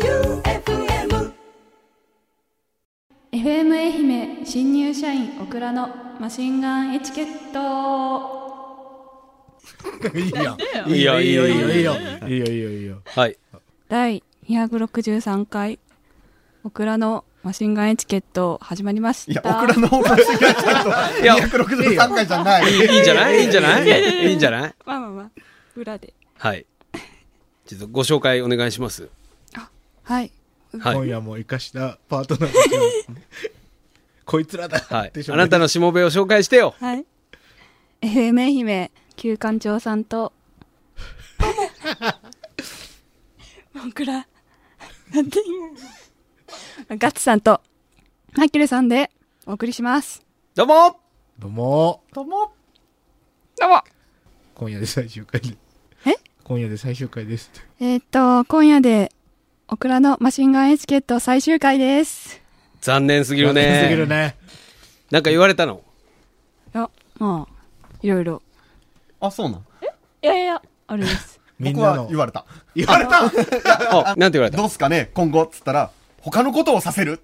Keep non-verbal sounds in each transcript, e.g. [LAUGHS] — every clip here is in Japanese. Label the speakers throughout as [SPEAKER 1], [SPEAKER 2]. [SPEAKER 1] J-O-E-U-F-M
[SPEAKER 2] FM 愛媛新入社員オクラのマシンガンエチケット
[SPEAKER 3] いいよ。
[SPEAKER 4] いいよいいよ
[SPEAKER 3] い
[SPEAKER 4] い
[SPEAKER 3] いよ
[SPEAKER 4] いよ
[SPEAKER 3] いいよ。いいよいいよいいよ。
[SPEAKER 4] はい。
[SPEAKER 2] 第263回オクラのマシンガンエチケット始まりました
[SPEAKER 5] いや、オクラのお話がちょっと
[SPEAKER 4] いや、い
[SPEAKER 5] 263回じゃない。
[SPEAKER 4] いいいんじゃないいいんじゃないいいんじゃない
[SPEAKER 2] まあまあまあ裏で
[SPEAKER 4] はい。ちょっとご紹介お願いします。
[SPEAKER 2] はい
[SPEAKER 4] はい
[SPEAKER 3] 今夜も生かしたパートナーたちをこいつらだ
[SPEAKER 4] はい
[SPEAKER 3] って。
[SPEAKER 4] あなたのしもべを紹介してよ。
[SPEAKER 2] はい FM 愛媛旧館長さんとオクラなんて言う [LAUGHS] ガッツさんとマイケルさんでお送りします
[SPEAKER 4] どうも
[SPEAKER 3] どうも。
[SPEAKER 5] とも、
[SPEAKER 2] どうも
[SPEAKER 3] 今夜で最終回です。
[SPEAKER 2] え
[SPEAKER 3] 今夜で最終回です。
[SPEAKER 2] えーっと、今夜で、オクラのマシンガンエチケット最終回です。
[SPEAKER 4] 残念すぎる
[SPEAKER 3] 長すぎる
[SPEAKER 4] ね。
[SPEAKER 3] ね。
[SPEAKER 4] なんか言われたの
[SPEAKER 2] いや、まあ、いろいろ。
[SPEAKER 5] あ、そうなん。
[SPEAKER 2] いやいや、あれ [LAUGHS] です。
[SPEAKER 3] みん
[SPEAKER 5] 僕
[SPEAKER 3] な
[SPEAKER 5] は
[SPEAKER 3] の
[SPEAKER 5] 言。われた。
[SPEAKER 3] 言われた
[SPEAKER 4] あ、なんて言われた
[SPEAKER 5] どうすかね、今後っつったら、他のことをさせる。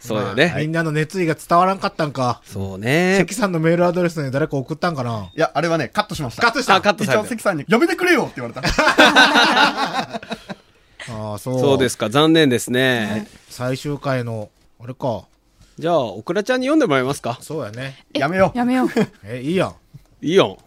[SPEAKER 4] そうよ
[SPEAKER 3] まあみ
[SPEAKER 4] ね。
[SPEAKER 3] んなの熱意が伝わらんかったんか。
[SPEAKER 4] そうね
[SPEAKER 3] 関。さんのメールアドレスに誰か送ったんかない
[SPEAKER 5] や、あれはね、カットしました。
[SPEAKER 3] カットした
[SPEAKER 4] あカットさ
[SPEAKER 5] 一
[SPEAKER 4] れた
[SPEAKER 5] 応関さんに、やめてくれよって言われた。
[SPEAKER 3] ああ、そう。
[SPEAKER 4] そうですか、残念ですね。
[SPEAKER 3] 最終回の、あれか。
[SPEAKER 4] じゃあ、オクラちゃんに読んでもらえますか
[SPEAKER 3] そうやね。
[SPEAKER 5] やめよう。
[SPEAKER 2] や [LAUGHS] めよう。
[SPEAKER 3] え、いいやん。
[SPEAKER 4] いいよ。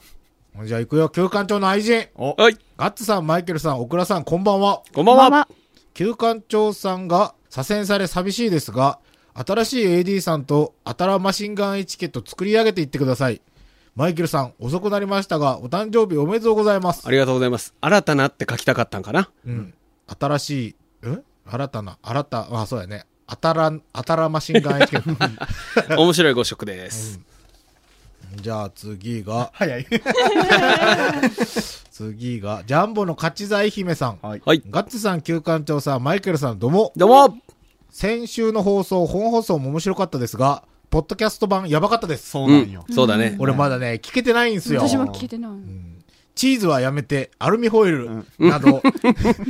[SPEAKER 3] じゃあ行くよ。休館長の愛人。
[SPEAKER 5] お、
[SPEAKER 4] はい。
[SPEAKER 3] ガッツさん、マイケルさん、オクラさん、こんばんは。
[SPEAKER 4] こんばんは。
[SPEAKER 3] 旧館長さんが左遷され寂しいですが、新しい AD さんと新マシンガンエチケット作り上げていってください。マイケルさん、遅くなりましたが、お誕生日おめでとうございます
[SPEAKER 4] あ。りがとうございます。新たなって書きたかったんかな
[SPEAKER 3] うん。新しい、ん新たな、新た、あ、そうやね。新たら、新マシンガンエチケット。
[SPEAKER 4] [LAUGHS] 面白いご職です。
[SPEAKER 3] じゃあ次が、
[SPEAKER 5] 早い。
[SPEAKER 3] 次が、ジャンボの勝ち財姫さん。
[SPEAKER 5] はい。
[SPEAKER 4] はい。
[SPEAKER 3] ガッツさん、旧館長さん、マイケルさん、どうも。
[SPEAKER 4] どうも
[SPEAKER 3] 先週の放送、本放送も面白かったですが、ポッドキャスト版やばかったです。
[SPEAKER 5] そう
[SPEAKER 4] う
[SPEAKER 5] なんよ
[SPEAKER 4] ん。。そうだね。
[SPEAKER 3] 俺まだね、聞けてないんすよ。
[SPEAKER 2] 私も聞いてない。
[SPEAKER 3] チーズはやめて、アルミホイルな
[SPEAKER 4] [LAUGHS]
[SPEAKER 3] ど、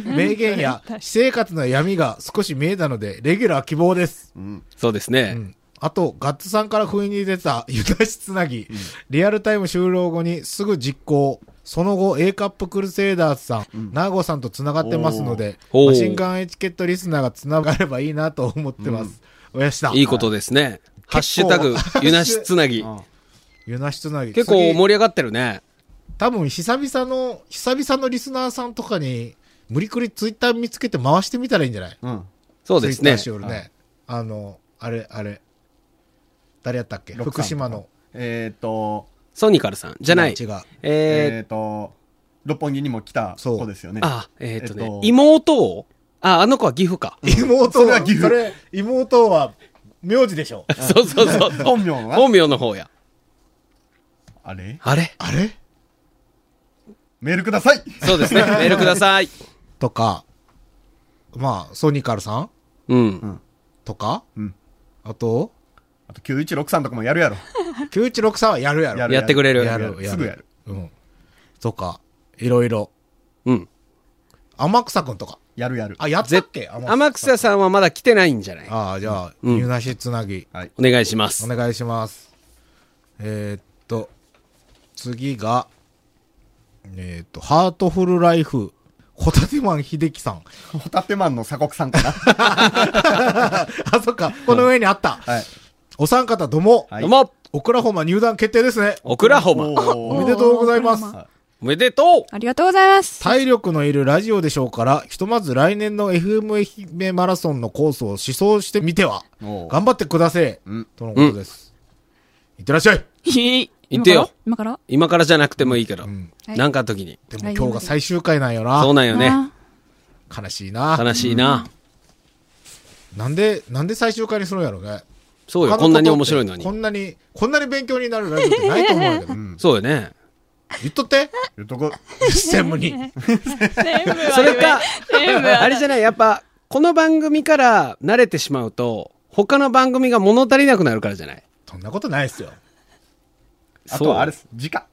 [SPEAKER 3] 名言や、私生活の闇が少し見えたので、レギュラー希望です。
[SPEAKER 4] そうです
[SPEAKER 3] う
[SPEAKER 4] ね。
[SPEAKER 3] んあと、ガッツさんから不意に出た、ゆたしつなぎ、リアルタイム終了後にすぐ実行、その後、A カップクルセイダーズさん、ナーゴさんと繋がってますので、
[SPEAKER 4] おー
[SPEAKER 3] マシンガンエチケットリスナーが繋がればいいなと思ってます。おやした。
[SPEAKER 4] いいことですね。ハッシュタグ、ゆなしつなぎ。
[SPEAKER 3] ゆなしつなぎ。
[SPEAKER 4] 結構
[SPEAKER 3] 次
[SPEAKER 4] 盛り上がってるね。
[SPEAKER 3] 多分久々の、久々のリスナーさんとかに、無理くりツイッター見つけて回してみたらいいんじゃない
[SPEAKER 5] うん。
[SPEAKER 4] そうです
[SPEAKER 3] ツイッタ
[SPEAKER 4] ね
[SPEAKER 3] ー。しよるね。あの、あれ、あれ。誰やったっけ
[SPEAKER 5] 六
[SPEAKER 3] 福
[SPEAKER 5] 三
[SPEAKER 3] 島の。
[SPEAKER 5] えっと、
[SPEAKER 4] ソニカルさん。じゃない。
[SPEAKER 3] 違う。
[SPEAKER 4] えー
[SPEAKER 5] えっと、六本木にも来た
[SPEAKER 3] そう
[SPEAKER 5] 子ですよね。
[SPEAKER 4] あ、えっ、とね、
[SPEAKER 5] えっと
[SPEAKER 4] 妹を、あ、あの子は岐阜か。
[SPEAKER 3] 妹
[SPEAKER 5] それは
[SPEAKER 3] は、
[SPEAKER 5] 岐
[SPEAKER 3] そ
[SPEAKER 5] 阜
[SPEAKER 3] れ、妹は、名字でしょ
[SPEAKER 4] [LAUGHS] そうそうそう。
[SPEAKER 5] 本名は
[SPEAKER 4] 本名の方や。
[SPEAKER 5] あれ
[SPEAKER 4] あれ
[SPEAKER 3] あれ
[SPEAKER 5] メールください
[SPEAKER 4] そうですね。メールください。
[SPEAKER 3] とか、まあ、ソニカルさん
[SPEAKER 4] うん。
[SPEAKER 3] とか、
[SPEAKER 5] うん
[SPEAKER 3] あと、
[SPEAKER 5] あと9163とかもやるやろ。
[SPEAKER 3] 9163はやるやろ。
[SPEAKER 5] やる
[SPEAKER 4] やってくれる。
[SPEAKER 3] やる
[SPEAKER 5] すぐやる。
[SPEAKER 3] うん。とか、いろいろ。
[SPEAKER 4] うん。
[SPEAKER 3] 天草くんとか。
[SPEAKER 5] やるやる。
[SPEAKER 3] あ、やったっけ天
[SPEAKER 4] 天草さんはまだ来てないんじゃない
[SPEAKER 3] ああ、じゃあ、
[SPEAKER 4] うん
[SPEAKER 3] ゆなしつなぎ、
[SPEAKER 5] はい。
[SPEAKER 4] お願いします
[SPEAKER 3] お。願いします。えーっと、次が、えーっと、ハートフルライフ、ホタテマン秀樹さん。
[SPEAKER 5] ホタテマンの鎖国さんかな。
[SPEAKER 3] あ、そっか、この上にあった。
[SPEAKER 5] はい。
[SPEAKER 3] お三方どうも、
[SPEAKER 5] はい
[SPEAKER 4] どうも、
[SPEAKER 3] オクラホマ入団決定ですね。
[SPEAKER 4] オクラホマ。
[SPEAKER 5] お
[SPEAKER 3] お
[SPEAKER 5] ー
[SPEAKER 3] めでとうございま
[SPEAKER 2] オクラ
[SPEAKER 3] す
[SPEAKER 2] ホ。
[SPEAKER 4] おめ
[SPEAKER 1] [LAUGHS]
[SPEAKER 4] でと
[SPEAKER 2] ありがとうございます。
[SPEAKER 3] 体力のいるラジオでしょうから、ひとまず来年の FM 愛媛マラソンのコースを思想してみては、
[SPEAKER 5] おー
[SPEAKER 3] 頑張ってください。
[SPEAKER 5] うん
[SPEAKER 3] とのことです。いってらっしゃい。
[SPEAKER 4] う言
[SPEAKER 2] 今
[SPEAKER 4] って
[SPEAKER 2] から
[SPEAKER 4] よ。
[SPEAKER 2] 今から
[SPEAKER 4] 今からじゃなくてもいいけど。
[SPEAKER 2] はい
[SPEAKER 4] なんかの時に。
[SPEAKER 3] でも今日が最終回なんよな。
[SPEAKER 4] そうなんよね。
[SPEAKER 2] あ
[SPEAKER 3] 悲しいな。
[SPEAKER 4] 悲しいな。
[SPEAKER 3] なんで、なんで最終回にするんやろうね。
[SPEAKER 4] そうよ。
[SPEAKER 3] 他
[SPEAKER 4] こ
[SPEAKER 3] のこと
[SPEAKER 4] んな
[SPEAKER 3] って
[SPEAKER 4] に面白いのに
[SPEAKER 3] こ。んなに、こんなに勉強になるラジオってないと思うんやけど。
[SPEAKER 4] [LAUGHS] そうよね。
[SPEAKER 3] 言っとって。
[SPEAKER 5] 言っとこう。
[SPEAKER 3] 専務に。
[SPEAKER 4] それか、[LAUGHS]
[SPEAKER 2] [LAUGHS]
[SPEAKER 4] あれじゃない、やっぱ、この番組から慣れてしまうと、他の番組が物足りなくなるからじゃない
[SPEAKER 3] そんなことないっすよ。
[SPEAKER 5] あとはあれ
[SPEAKER 4] そう
[SPEAKER 5] です。時間。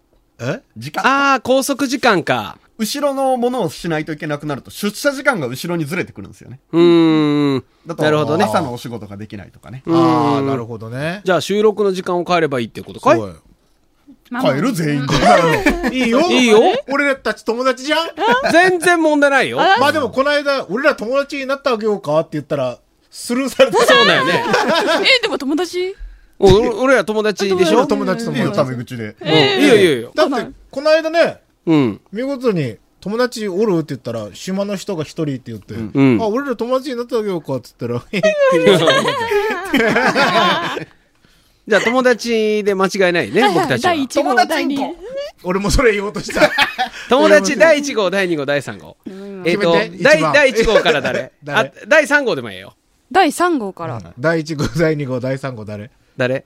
[SPEAKER 3] え
[SPEAKER 5] 時間。
[SPEAKER 4] ああ、拘束時間か。
[SPEAKER 5] 後ろのものをしないといけなくなると、出社時間が後ろにずれてくるんですよね。
[SPEAKER 4] うーん。
[SPEAKER 5] だと、
[SPEAKER 4] なるほどね。
[SPEAKER 5] 朝のお仕事ができないとかね。
[SPEAKER 3] ああ、なるほどね。
[SPEAKER 4] じゃあ収録の時間を変えればいいってことかい
[SPEAKER 3] そう
[SPEAKER 2] ママ
[SPEAKER 5] 帰る全員で。
[SPEAKER 3] いいよ。
[SPEAKER 4] いいよ。
[SPEAKER 3] 俺たち友達じゃん。
[SPEAKER 4] 全然問題ないよ。
[SPEAKER 3] まあでもこの間、俺ら友達になってあげようかって言ったら、スルーされてた。
[SPEAKER 4] そうだよね。
[SPEAKER 2] [LAUGHS] え、でも友達
[SPEAKER 4] おお俺ら友達でしょ、
[SPEAKER 3] 友達友
[SPEAKER 5] いいよ、タ
[SPEAKER 3] 達。
[SPEAKER 5] メ口で。
[SPEAKER 4] うん、 [LAUGHS] いいよいいよいいよ。
[SPEAKER 3] だって、この間ね、
[SPEAKER 4] うん。
[SPEAKER 3] 見事に、友達おるって言ったら、島の人が一人って言って、
[SPEAKER 4] ん
[SPEAKER 3] あ、俺ら友達になってあげようかって [LAUGHS] 言ったら、え
[SPEAKER 4] じゃあ友達で間違いないね、僕たちは
[SPEAKER 2] 第。1号、第2号。
[SPEAKER 3] 俺もそれ言おうとした。
[SPEAKER 4] 友達第1号、第2号、第3号。えっ、と、
[SPEAKER 3] 決めて
[SPEAKER 4] 第
[SPEAKER 3] 一番
[SPEAKER 4] 第1号から誰
[SPEAKER 3] [LAUGHS] 誰
[SPEAKER 4] あ第3号でもええよ。
[SPEAKER 2] 第3号から。
[SPEAKER 3] 第1号、第2号、第3号誰
[SPEAKER 4] 誰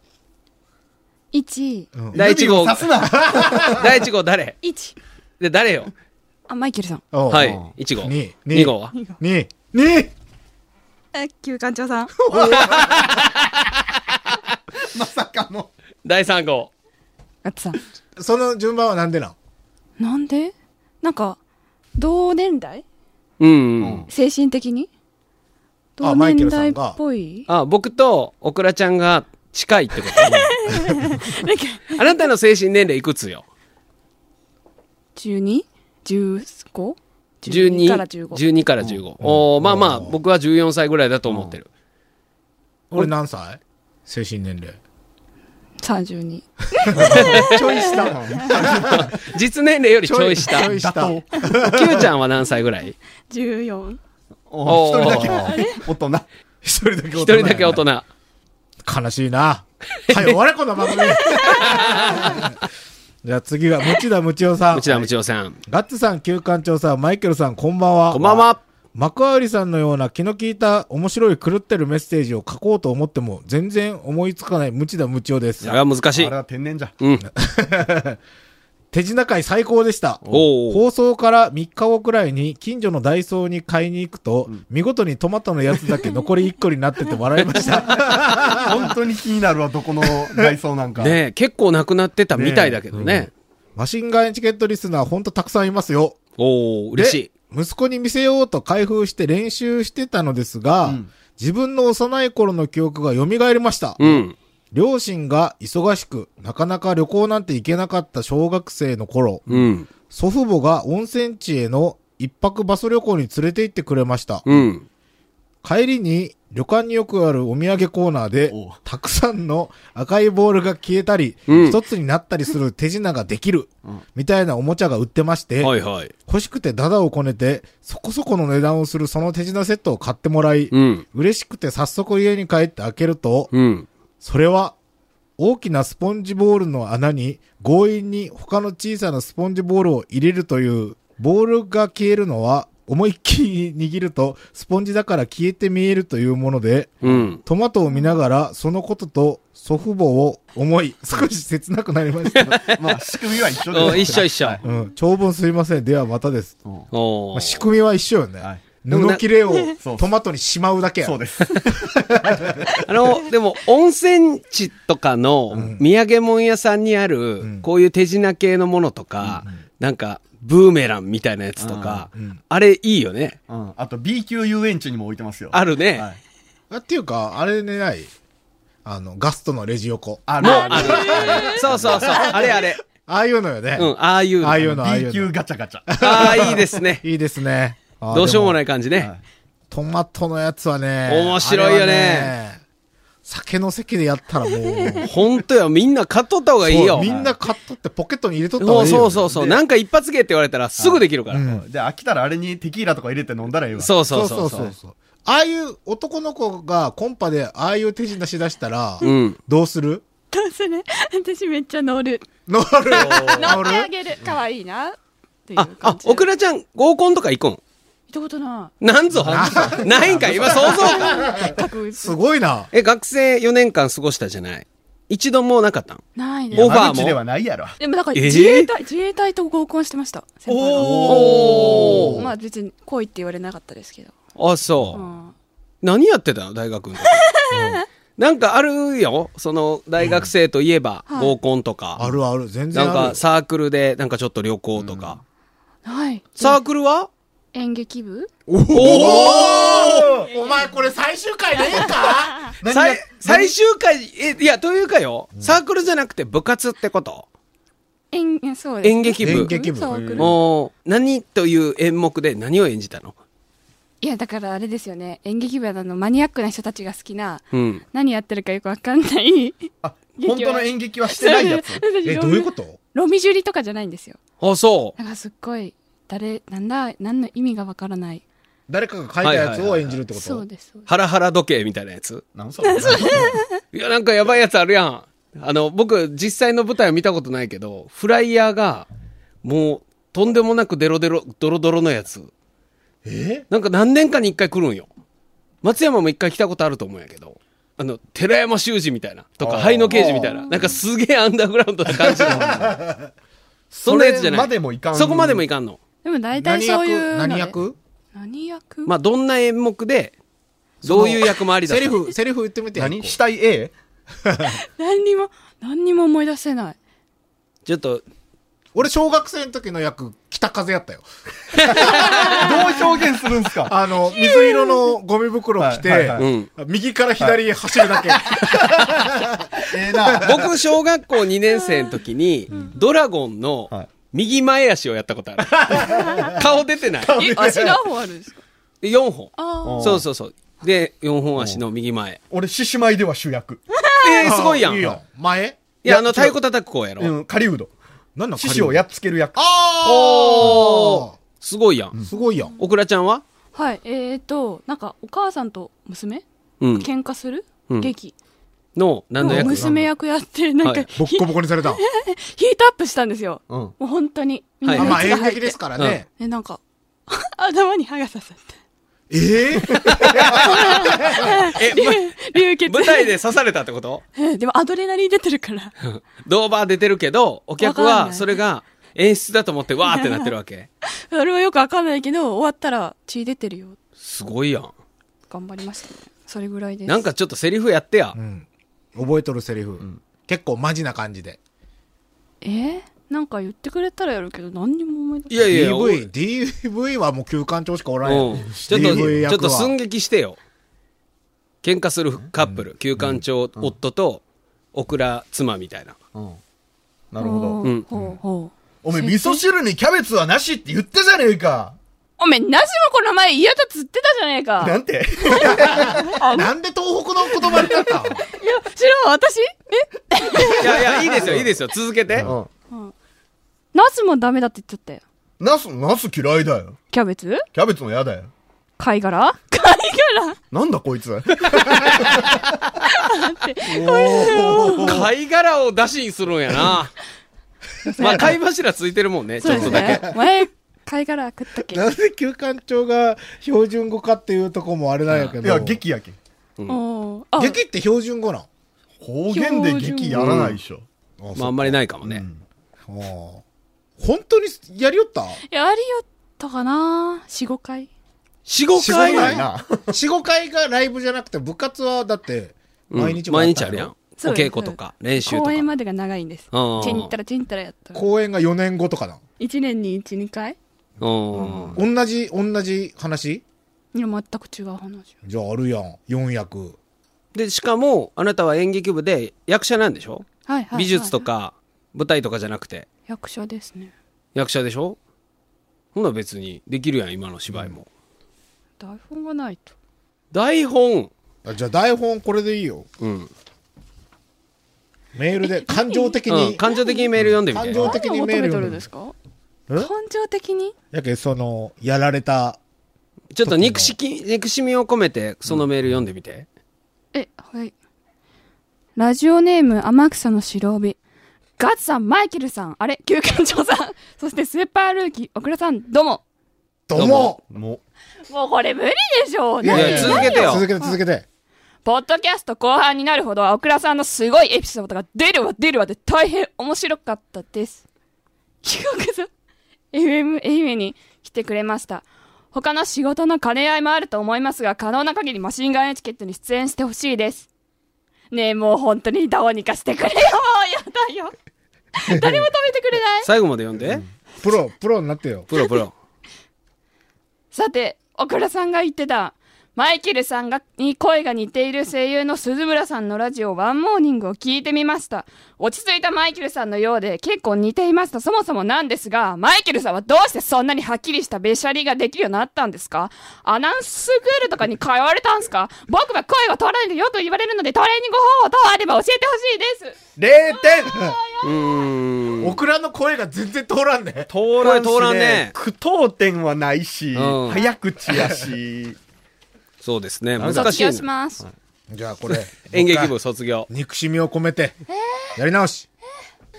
[SPEAKER 2] 1、
[SPEAKER 3] うん
[SPEAKER 4] 第1号
[SPEAKER 5] 指を、刺すな
[SPEAKER 4] [LAUGHS] 第1号誰
[SPEAKER 2] 1。
[SPEAKER 4] で、
[SPEAKER 3] [LAUGHS]
[SPEAKER 4] 誰よ
[SPEAKER 2] あ、マイケルさん。
[SPEAKER 3] おう
[SPEAKER 4] はい
[SPEAKER 3] おう、
[SPEAKER 4] 1号。
[SPEAKER 3] 二二
[SPEAKER 4] 2号は
[SPEAKER 3] 2、2!
[SPEAKER 2] え、旧館長さん。
[SPEAKER 5] まさかの。
[SPEAKER 4] 第3号。
[SPEAKER 2] [LAUGHS] ガッツさん。
[SPEAKER 3] その順番はなんでなん
[SPEAKER 2] なんでなんか、同年代
[SPEAKER 4] うん。
[SPEAKER 2] 精神的に
[SPEAKER 3] あ
[SPEAKER 2] 同
[SPEAKER 3] マイケ
[SPEAKER 2] 年
[SPEAKER 3] ルさ
[SPEAKER 2] 代
[SPEAKER 3] ん
[SPEAKER 2] っ
[SPEAKER 3] が
[SPEAKER 2] ぽい
[SPEAKER 4] あ、僕とオクラちゃんが近いってこと
[SPEAKER 2] [LAUGHS]
[SPEAKER 4] あなたの精神年齢いくつよ
[SPEAKER 2] ?12?15?
[SPEAKER 4] 12
[SPEAKER 2] から15。
[SPEAKER 4] 12から15。おーまあまあ、僕は14歳ぐらいだと思ってる。
[SPEAKER 3] 俺何歳精神年齢。
[SPEAKER 2] 32。
[SPEAKER 3] ちょい下。
[SPEAKER 4] 実年齢よりちょい下。
[SPEAKER 3] ちょい下。
[SPEAKER 5] 妥
[SPEAKER 4] キューちゃんは何歳ぐらい
[SPEAKER 2] 14。
[SPEAKER 5] お
[SPEAKER 4] おー
[SPEAKER 5] 一人だけ大人。
[SPEAKER 3] 一人だけ
[SPEAKER 4] 一人だけ大人。
[SPEAKER 3] 悲しいな。はい、終われ、この番
[SPEAKER 4] [LAUGHS]
[SPEAKER 3] 組。じゃあ次は、ムチダムチオさん。
[SPEAKER 4] 内田むちおさん。
[SPEAKER 3] ガッツさん、旧館長さん、マイケルさん、こんばんは。
[SPEAKER 4] こんばん。は。
[SPEAKER 3] 幕張さんのような気の利いた面白い狂ってるメッセージを書こうと思っても全然思いつかないムチダムチオです
[SPEAKER 4] そ。れは難しい
[SPEAKER 5] あれ。は天然じゃ。
[SPEAKER 4] うん。
[SPEAKER 3] 手品会最高でした。
[SPEAKER 4] おー
[SPEAKER 3] 放送から3日後くらいに近所のダイソーに買いに行くと、見事にトマトのやつだけ残り1個になってて笑いま
[SPEAKER 4] [LAUGHS]
[SPEAKER 3] した。
[SPEAKER 5] 本当に気になるわ、どこの外装なんか。
[SPEAKER 4] ねえ結構なくなってたみたいだけどね。
[SPEAKER 3] マシンガンエチケットリスナーほんとたくさんいますよ。
[SPEAKER 4] おお嬉しい。
[SPEAKER 3] で息子に見せようと開封して練習してたのですが、
[SPEAKER 5] うん
[SPEAKER 3] 自分の幼い頃の記憶が蘇りました。
[SPEAKER 4] うん。
[SPEAKER 3] 両親が忙しく、なかなか旅行なんて行けなかった小学生の頃、
[SPEAKER 4] うん。
[SPEAKER 3] 祖父母が温泉地への一泊バス旅行に連れて行ってくれました。
[SPEAKER 4] うん。
[SPEAKER 3] 帰りに旅館によくあるお土産コーナーで
[SPEAKER 5] おう、
[SPEAKER 3] たくさんの赤いボールが消えたり、
[SPEAKER 4] うん
[SPEAKER 3] 一つになったりする手品ができる、みたいなおもちゃが売ってまして、
[SPEAKER 4] はいはい。
[SPEAKER 3] 欲しくてダダをこねて、そこそこの値段をするその手品セットを買ってもらい、
[SPEAKER 4] うん。
[SPEAKER 3] 嬉しくて早速家に帰って開けると、
[SPEAKER 4] うん。
[SPEAKER 3] それは、大きなスポンジボールの穴に強引に他の小さなスポンジボールを入れるという、ボールが消えるのは思いっきり握るとスポンジだから消えて見えるというもので、
[SPEAKER 4] うん。
[SPEAKER 3] トマトを見ながらそのことと祖父母を思い、少し切なくなりま [LAUGHS] した。
[SPEAKER 5] まあ、仕組みは一緒
[SPEAKER 4] うん
[SPEAKER 5] で
[SPEAKER 4] 一
[SPEAKER 5] す。
[SPEAKER 4] 緒一緒。
[SPEAKER 3] うん、長文すいません。ではまたです。
[SPEAKER 4] お
[SPEAKER 3] ま
[SPEAKER 4] お
[SPEAKER 3] あ、仕組みは一緒よね。
[SPEAKER 5] はい
[SPEAKER 3] 布切れを
[SPEAKER 5] そう
[SPEAKER 3] トマトにしまうだけや。
[SPEAKER 5] そうです。
[SPEAKER 4] あの、でも、温泉地とかの土産物屋さんにある
[SPEAKER 3] ん、
[SPEAKER 4] こういう手品系のものとか、なんか、ブーメランみたいなやつとか
[SPEAKER 3] ん、
[SPEAKER 4] あれいいよね。
[SPEAKER 5] うんあと B 級遊園地にも置いてますよ。
[SPEAKER 4] あるね。
[SPEAKER 5] はい。
[SPEAKER 3] あっていうか、あれねないあの、ガストのレジ横。あ
[SPEAKER 5] あ
[SPEAKER 4] も
[SPEAKER 5] る
[SPEAKER 4] う
[SPEAKER 5] あ
[SPEAKER 4] ある。そうそうそう。あれあれ。
[SPEAKER 3] あいうのよね。
[SPEAKER 4] うん、ああいうの。
[SPEAKER 3] ああいう
[SPEAKER 5] る
[SPEAKER 3] の、ああい
[SPEAKER 5] B
[SPEAKER 3] う
[SPEAKER 5] 級
[SPEAKER 3] の。
[SPEAKER 5] ガチャガチャ。
[SPEAKER 4] ああ、いいですね。
[SPEAKER 3] いいですね。あ。
[SPEAKER 4] どうしようもないい感じね。
[SPEAKER 5] はい
[SPEAKER 3] でトマトのやつはね。
[SPEAKER 4] 面白い
[SPEAKER 3] あれは
[SPEAKER 4] よね
[SPEAKER 3] ね酒の席でやったらもう。
[SPEAKER 4] 本当よ、みんな買っとった方がいい
[SPEAKER 3] そう
[SPEAKER 4] よ。
[SPEAKER 3] みんな買っとってポケットに入れとった方
[SPEAKER 4] そ
[SPEAKER 3] が
[SPEAKER 4] う
[SPEAKER 3] いい
[SPEAKER 4] そ
[SPEAKER 3] よ
[SPEAKER 4] うそうそう。
[SPEAKER 5] で
[SPEAKER 4] なんか一発芸って言われたらすぐできるから。
[SPEAKER 5] うんで、飽きたらあれにテキーラとか入れて飲んだらいいわ。
[SPEAKER 4] そうそ
[SPEAKER 3] そううそそ
[SPEAKER 4] そううそう
[SPEAKER 3] う。そう。ああいう男の子がコンパでああいう手品しだしたら、
[SPEAKER 4] うん。
[SPEAKER 3] どうする
[SPEAKER 2] どうする私めっちゃ乗る。
[SPEAKER 3] 乗る乗
[SPEAKER 2] 乗ってあ
[SPEAKER 3] る
[SPEAKER 2] げる。可愛いな。っていう
[SPEAKER 4] あ、
[SPEAKER 2] 感
[SPEAKER 4] あ、
[SPEAKER 2] じ。
[SPEAKER 4] オク
[SPEAKER 2] れ。
[SPEAKER 4] ラちゃん合コンとか行こん。
[SPEAKER 2] 行ったことな
[SPEAKER 4] なんぞ。ないんか、今想像。
[SPEAKER 2] い。各
[SPEAKER 3] すごいな。
[SPEAKER 4] え、学生4年間過ごしたじゃない。一度もなかったん
[SPEAKER 2] ない
[SPEAKER 5] いや
[SPEAKER 4] オ
[SPEAKER 2] ね
[SPEAKER 4] フ。ァーも
[SPEAKER 5] 間口ではないやろ。
[SPEAKER 2] でもなんか
[SPEAKER 4] えー
[SPEAKER 2] 自衛隊、自衛隊と合コンしてました。先輩が
[SPEAKER 4] お
[SPEAKER 2] まあ別に来いって言われなかったですけど。
[SPEAKER 4] あ、そうう。
[SPEAKER 2] ん。
[SPEAKER 4] 何やってたの大学の時。なんかあるよ。その、大学生といえば
[SPEAKER 2] うんはい
[SPEAKER 4] 合コンとか。
[SPEAKER 3] あるある、全然
[SPEAKER 4] なん
[SPEAKER 3] あ
[SPEAKER 4] か
[SPEAKER 3] る。
[SPEAKER 4] サークルでなんかちょっと旅行とか。
[SPEAKER 1] はい。
[SPEAKER 4] サークルは
[SPEAKER 1] 演劇部
[SPEAKER 3] お前これ最終回でええか
[SPEAKER 5] 何が
[SPEAKER 4] さい最終回、え、いや、というかよ、サークルじゃなくて部活ってこと
[SPEAKER 1] 演、えそうです。
[SPEAKER 4] 演劇部。
[SPEAKER 3] 演劇部
[SPEAKER 1] サークル
[SPEAKER 4] おー何という演目で何を演じたの
[SPEAKER 1] いや、だからあれですよね。演劇部はあのマニアックな人たちが好きな、
[SPEAKER 4] うん。
[SPEAKER 1] 何やってるかよくわかんない。
[SPEAKER 5] あ、
[SPEAKER 1] 劇は
[SPEAKER 5] 本当の演劇はしてないやつ。
[SPEAKER 3] え、どういうこと
[SPEAKER 1] ロミジュリとかじゃないんですよ。
[SPEAKER 4] あ、そう。
[SPEAKER 1] なんかすっごい、誰、なんだ、何の意味がわからない。
[SPEAKER 3] 誰かが書いたやつを演じるってこ
[SPEAKER 1] そ
[SPEAKER 3] と
[SPEAKER 1] うです、そうです。
[SPEAKER 4] ハラハラ時計みたいなやつ。
[SPEAKER 5] なんそれ。
[SPEAKER 4] いや、なんかやばいやつあるやん。あの、僕、実際の舞台は見たことないけど、フライヤーが、もう、とんでもなくデロデロ、ドロドロのやつ。
[SPEAKER 3] え
[SPEAKER 4] なんか何年かに一回来るんよ。松山も一回来たことあると思うんやけど。あの、寺山修司みたいな。とか、
[SPEAKER 5] あー
[SPEAKER 4] 灰野刑事みたいな。なんかすげえアンダーグラウンドな感じの。そんなやつじゃない。
[SPEAKER 5] [LAUGHS] それまでもいかん
[SPEAKER 4] そこまでもいかんの。
[SPEAKER 1] でも大体
[SPEAKER 3] 何
[SPEAKER 1] そう
[SPEAKER 3] 役
[SPEAKER 1] いうので。
[SPEAKER 3] 何役
[SPEAKER 1] 何役
[SPEAKER 4] まあ、どんな演目で、どういう役もありだ
[SPEAKER 3] セ
[SPEAKER 4] と
[SPEAKER 3] リフ、セリフ言ってみて。
[SPEAKER 5] [LAUGHS] 何
[SPEAKER 3] 一
[SPEAKER 5] 死体 A?
[SPEAKER 1] 何にも、何にも思い出せない。
[SPEAKER 4] ちょっと、
[SPEAKER 3] 個俺小学生の時の役、北風やったよ。
[SPEAKER 5] [LAUGHS] どう表現するんすか
[SPEAKER 3] あの、水色のゴミ袋着
[SPEAKER 5] はい
[SPEAKER 3] て
[SPEAKER 5] はい
[SPEAKER 4] はいう、
[SPEAKER 3] 右から左へ走るだ [LAUGHS] け。
[SPEAKER 5] ええな。
[SPEAKER 4] 僕、小学校2年生の時に、ドラゴンの
[SPEAKER 5] はい
[SPEAKER 4] 右前足をやったこと
[SPEAKER 1] [LAUGHS]
[SPEAKER 4] ある。顔出 [LAUGHS] てない。
[SPEAKER 1] え、足何本あるんですか
[SPEAKER 4] 4本。
[SPEAKER 1] あ
[SPEAKER 5] お
[SPEAKER 4] そうそうそう。で、4本足の右前。
[SPEAKER 5] [LAUGHS] 俺、獅子舞では主役。
[SPEAKER 4] えー、すごいやん。
[SPEAKER 3] いい
[SPEAKER 4] い
[SPEAKER 3] よ。前
[SPEAKER 4] や、あの、太鼓叩く子やろ。
[SPEAKER 5] うん、狩人。
[SPEAKER 3] 何の
[SPEAKER 5] 獅子をやっつける役。
[SPEAKER 3] あ
[SPEAKER 4] おすごいやん。
[SPEAKER 3] ーすごいやん。
[SPEAKER 4] オクラちゃんは
[SPEAKER 1] あ。はい。えーと、なんか、お母さんと娘
[SPEAKER 4] うん。
[SPEAKER 1] 喧嘩する
[SPEAKER 4] うん
[SPEAKER 1] 劇。
[SPEAKER 4] の、何の
[SPEAKER 1] もう
[SPEAKER 4] 役
[SPEAKER 1] 娘役やって、なん
[SPEAKER 4] は
[SPEAKER 1] か
[SPEAKER 4] い、
[SPEAKER 3] ボッコボコにされた。
[SPEAKER 1] ヒートアップしたんですよ。
[SPEAKER 5] うん。
[SPEAKER 1] もう本当に。みん
[SPEAKER 4] はい
[SPEAKER 3] あ
[SPEAKER 1] な
[SPEAKER 3] まあ
[SPEAKER 1] 熱が
[SPEAKER 3] 演
[SPEAKER 1] 入っ
[SPEAKER 3] 劇
[SPEAKER 1] て
[SPEAKER 3] ですからね。
[SPEAKER 1] え、なんか、 [LAUGHS] 頭に歯が刺さって。
[SPEAKER 3] ええ
[SPEAKER 4] え、
[SPEAKER 1] [LAUGHS]
[SPEAKER 4] ぶ
[SPEAKER 1] 流血。
[SPEAKER 4] 舞台で刺されたってこと
[SPEAKER 1] [LAUGHS] えでもアドレナリン出てるから。
[SPEAKER 4] ドーバー出てるけど、お客
[SPEAKER 1] わかん
[SPEAKER 4] は
[SPEAKER 1] ない
[SPEAKER 4] それが演出だと思ってわーってなってるわけ。
[SPEAKER 1] それはよくわかんないけど、終わったら血出てるよ。
[SPEAKER 4] すごいやん。
[SPEAKER 1] 頑張りましたね。それぐらいです。
[SPEAKER 4] なんかちょっとセリフやってや
[SPEAKER 3] う。ん。覚えとるセリフ。結構マジな感じで。
[SPEAKER 1] えーなんか言ってくれたらやるけど、何にも思い出
[SPEAKER 4] い
[SPEAKER 1] せない。
[SPEAKER 4] やいや、おい
[SPEAKER 3] DV、DV はもう休館長しかおらんや
[SPEAKER 4] うんん。ちょっと、
[SPEAKER 3] DV
[SPEAKER 4] ちょっ
[SPEAKER 3] 役
[SPEAKER 4] と
[SPEAKER 3] は
[SPEAKER 4] 寸劇してよ。喧嘩するカップル、休館長、夫と、オクラ妻みた
[SPEAKER 3] [LAUGHS]
[SPEAKER 4] いな。
[SPEAKER 5] うん。なるほど。
[SPEAKER 1] う
[SPEAKER 4] うん
[SPEAKER 1] ほうほう。
[SPEAKER 5] おめえ、味噌汁にキャベツはなしって言ったじゃねえか。
[SPEAKER 1] おめえ、なしもこの前嫌だっつってたじゃねえか。い
[SPEAKER 5] な
[SPEAKER 1] や、
[SPEAKER 5] んて
[SPEAKER 3] なんで東北の言葉にな [LAUGHS] ったん
[SPEAKER 1] 知らん、私え
[SPEAKER 4] いやいや、いいですよ、いいですよ、続けて。
[SPEAKER 5] うん。
[SPEAKER 1] なすもダメだって言っちゃったよ。
[SPEAKER 5] ナス、ナス嫌いだよ。
[SPEAKER 1] キャベツ
[SPEAKER 5] キャベツも嫌だよ。
[SPEAKER 1] 貝殻貝殻
[SPEAKER 5] なんだこいつ。
[SPEAKER 4] 貝殻を出しにするん
[SPEAKER 3] [LAUGHS]
[SPEAKER 4] やな。まあ、貝柱ついてるもんね、ち
[SPEAKER 1] そう
[SPEAKER 4] ょ
[SPEAKER 1] で
[SPEAKER 4] っ
[SPEAKER 1] す
[SPEAKER 4] とだけ。
[SPEAKER 1] ね。前、貝殻食ったっけ
[SPEAKER 3] なぜ休館長が標準語かっていうとこもあれなんやけ
[SPEAKER 5] い
[SPEAKER 3] ど。
[SPEAKER 5] や、劇やけん。
[SPEAKER 1] おーあ
[SPEAKER 3] 劇って標準語なん
[SPEAKER 5] 方言で劇やらないでしょ。
[SPEAKER 4] まあ、あんまりないかもね。
[SPEAKER 3] うん本当にやりよった
[SPEAKER 1] やりよったかな四五回。
[SPEAKER 4] 四五
[SPEAKER 3] 四
[SPEAKER 4] 回
[SPEAKER 3] 五
[SPEAKER 5] な
[SPEAKER 3] 回
[SPEAKER 5] いな。
[SPEAKER 3] 四五回がライブじゃなくて部活はだって
[SPEAKER 4] うん
[SPEAKER 3] 毎日も
[SPEAKER 4] 毎
[SPEAKER 3] っ
[SPEAKER 4] 日
[SPEAKER 3] た
[SPEAKER 4] あるやん。お
[SPEAKER 1] そうで
[SPEAKER 4] 稽
[SPEAKER 1] す
[SPEAKER 4] 古とか、練習と
[SPEAKER 1] 公
[SPEAKER 4] か。
[SPEAKER 1] 演までが長いんです。
[SPEAKER 4] うん
[SPEAKER 1] ちんたらちんたらやった。
[SPEAKER 3] 公演が4年後とかな
[SPEAKER 1] 一年に一、二回
[SPEAKER 4] うん。
[SPEAKER 3] 同じ同じ話
[SPEAKER 1] いや、全く違う話。
[SPEAKER 3] じゃああるやん4役
[SPEAKER 4] で、しかも、あなたは演劇部で役者なんでしょ
[SPEAKER 1] はいはい。
[SPEAKER 4] 美術と
[SPEAKER 1] はい。
[SPEAKER 4] か、舞台とかじゃなくて、
[SPEAKER 1] 役者ですね。
[SPEAKER 4] 役者でしょほな別に、できるやん、今の芝居も。
[SPEAKER 1] 台本がないと。
[SPEAKER 4] 台本。
[SPEAKER 3] あじゃあ台本これでいいよ
[SPEAKER 4] うん。
[SPEAKER 3] メールで感情的
[SPEAKER 4] う
[SPEAKER 3] に
[SPEAKER 4] ん。感情的にメール読んでみ
[SPEAKER 3] 感
[SPEAKER 4] て
[SPEAKER 3] 情。的
[SPEAKER 1] 何を
[SPEAKER 3] に
[SPEAKER 1] 求
[SPEAKER 3] メー
[SPEAKER 1] め
[SPEAKER 3] ル
[SPEAKER 1] と
[SPEAKER 3] 読
[SPEAKER 1] る
[SPEAKER 3] む
[SPEAKER 1] んですか
[SPEAKER 3] え
[SPEAKER 1] 感情的に
[SPEAKER 3] やけそのやられた
[SPEAKER 4] ちょっと憎しき、憎しみを込めて、そのメール読んでみて。
[SPEAKER 1] え、はい。ラジオネーム、天草の白帯。ガッツさん、マイケルさん、あれ、休館長さん、そしてスーパールーキー、小倉さん、どうも。
[SPEAKER 3] ど
[SPEAKER 4] う
[SPEAKER 3] う
[SPEAKER 4] も
[SPEAKER 3] も
[SPEAKER 5] も
[SPEAKER 1] もうこれ無理でしょう
[SPEAKER 3] いや
[SPEAKER 4] や
[SPEAKER 1] ね。
[SPEAKER 4] いや続けてよ
[SPEAKER 3] 続けて続けて
[SPEAKER 1] ポッドキャスト後半になるほど、小倉さんのすごいエピソードが出るわ出るわで大変面白かったです。企画さん、FM 愛媛に来てくれました。他の仕事の兼ね合いもあると思いますが、可能な限りマシンガンエチケットに出演してほしいです。ねえ、もう本当にどうにかしてくれよやだよ誰も止めてくれない
[SPEAKER 4] 最後まで読んで。
[SPEAKER 3] プロ、プロになってよ。
[SPEAKER 4] プロプロ。
[SPEAKER 2] さて、小倉さんが言ってた、マイケルさんがに声が似ている声優の鈴村さんのラジオワンモーニングを聞いてみました。落ち着いたマイケルさんのようで結構似ていました。そもそもなんですが、マイケルさんはどうしてそんなにはっきりしたべしゃりができるようになったんですかアナウンススクールとかに通われたんですか僕は声が取らないとよく言われるのでトレーニング方法等あれば教えてほしい
[SPEAKER 5] 0
[SPEAKER 2] です。
[SPEAKER 5] 点
[SPEAKER 4] うーん。
[SPEAKER 3] オクラの声が全然通らんね。
[SPEAKER 5] 通
[SPEAKER 4] らんしね通らんね
[SPEAKER 5] 句読点はないし、
[SPEAKER 4] うん
[SPEAKER 5] 早口やし。 [LAUGHS]
[SPEAKER 4] そうですね。難
[SPEAKER 2] 卒
[SPEAKER 4] しいね、。
[SPEAKER 2] 業します。
[SPEAKER 3] じゃあこれ
[SPEAKER 4] [LAUGHS] 演劇部卒業。
[SPEAKER 3] 憎しみを込めて、やり直し。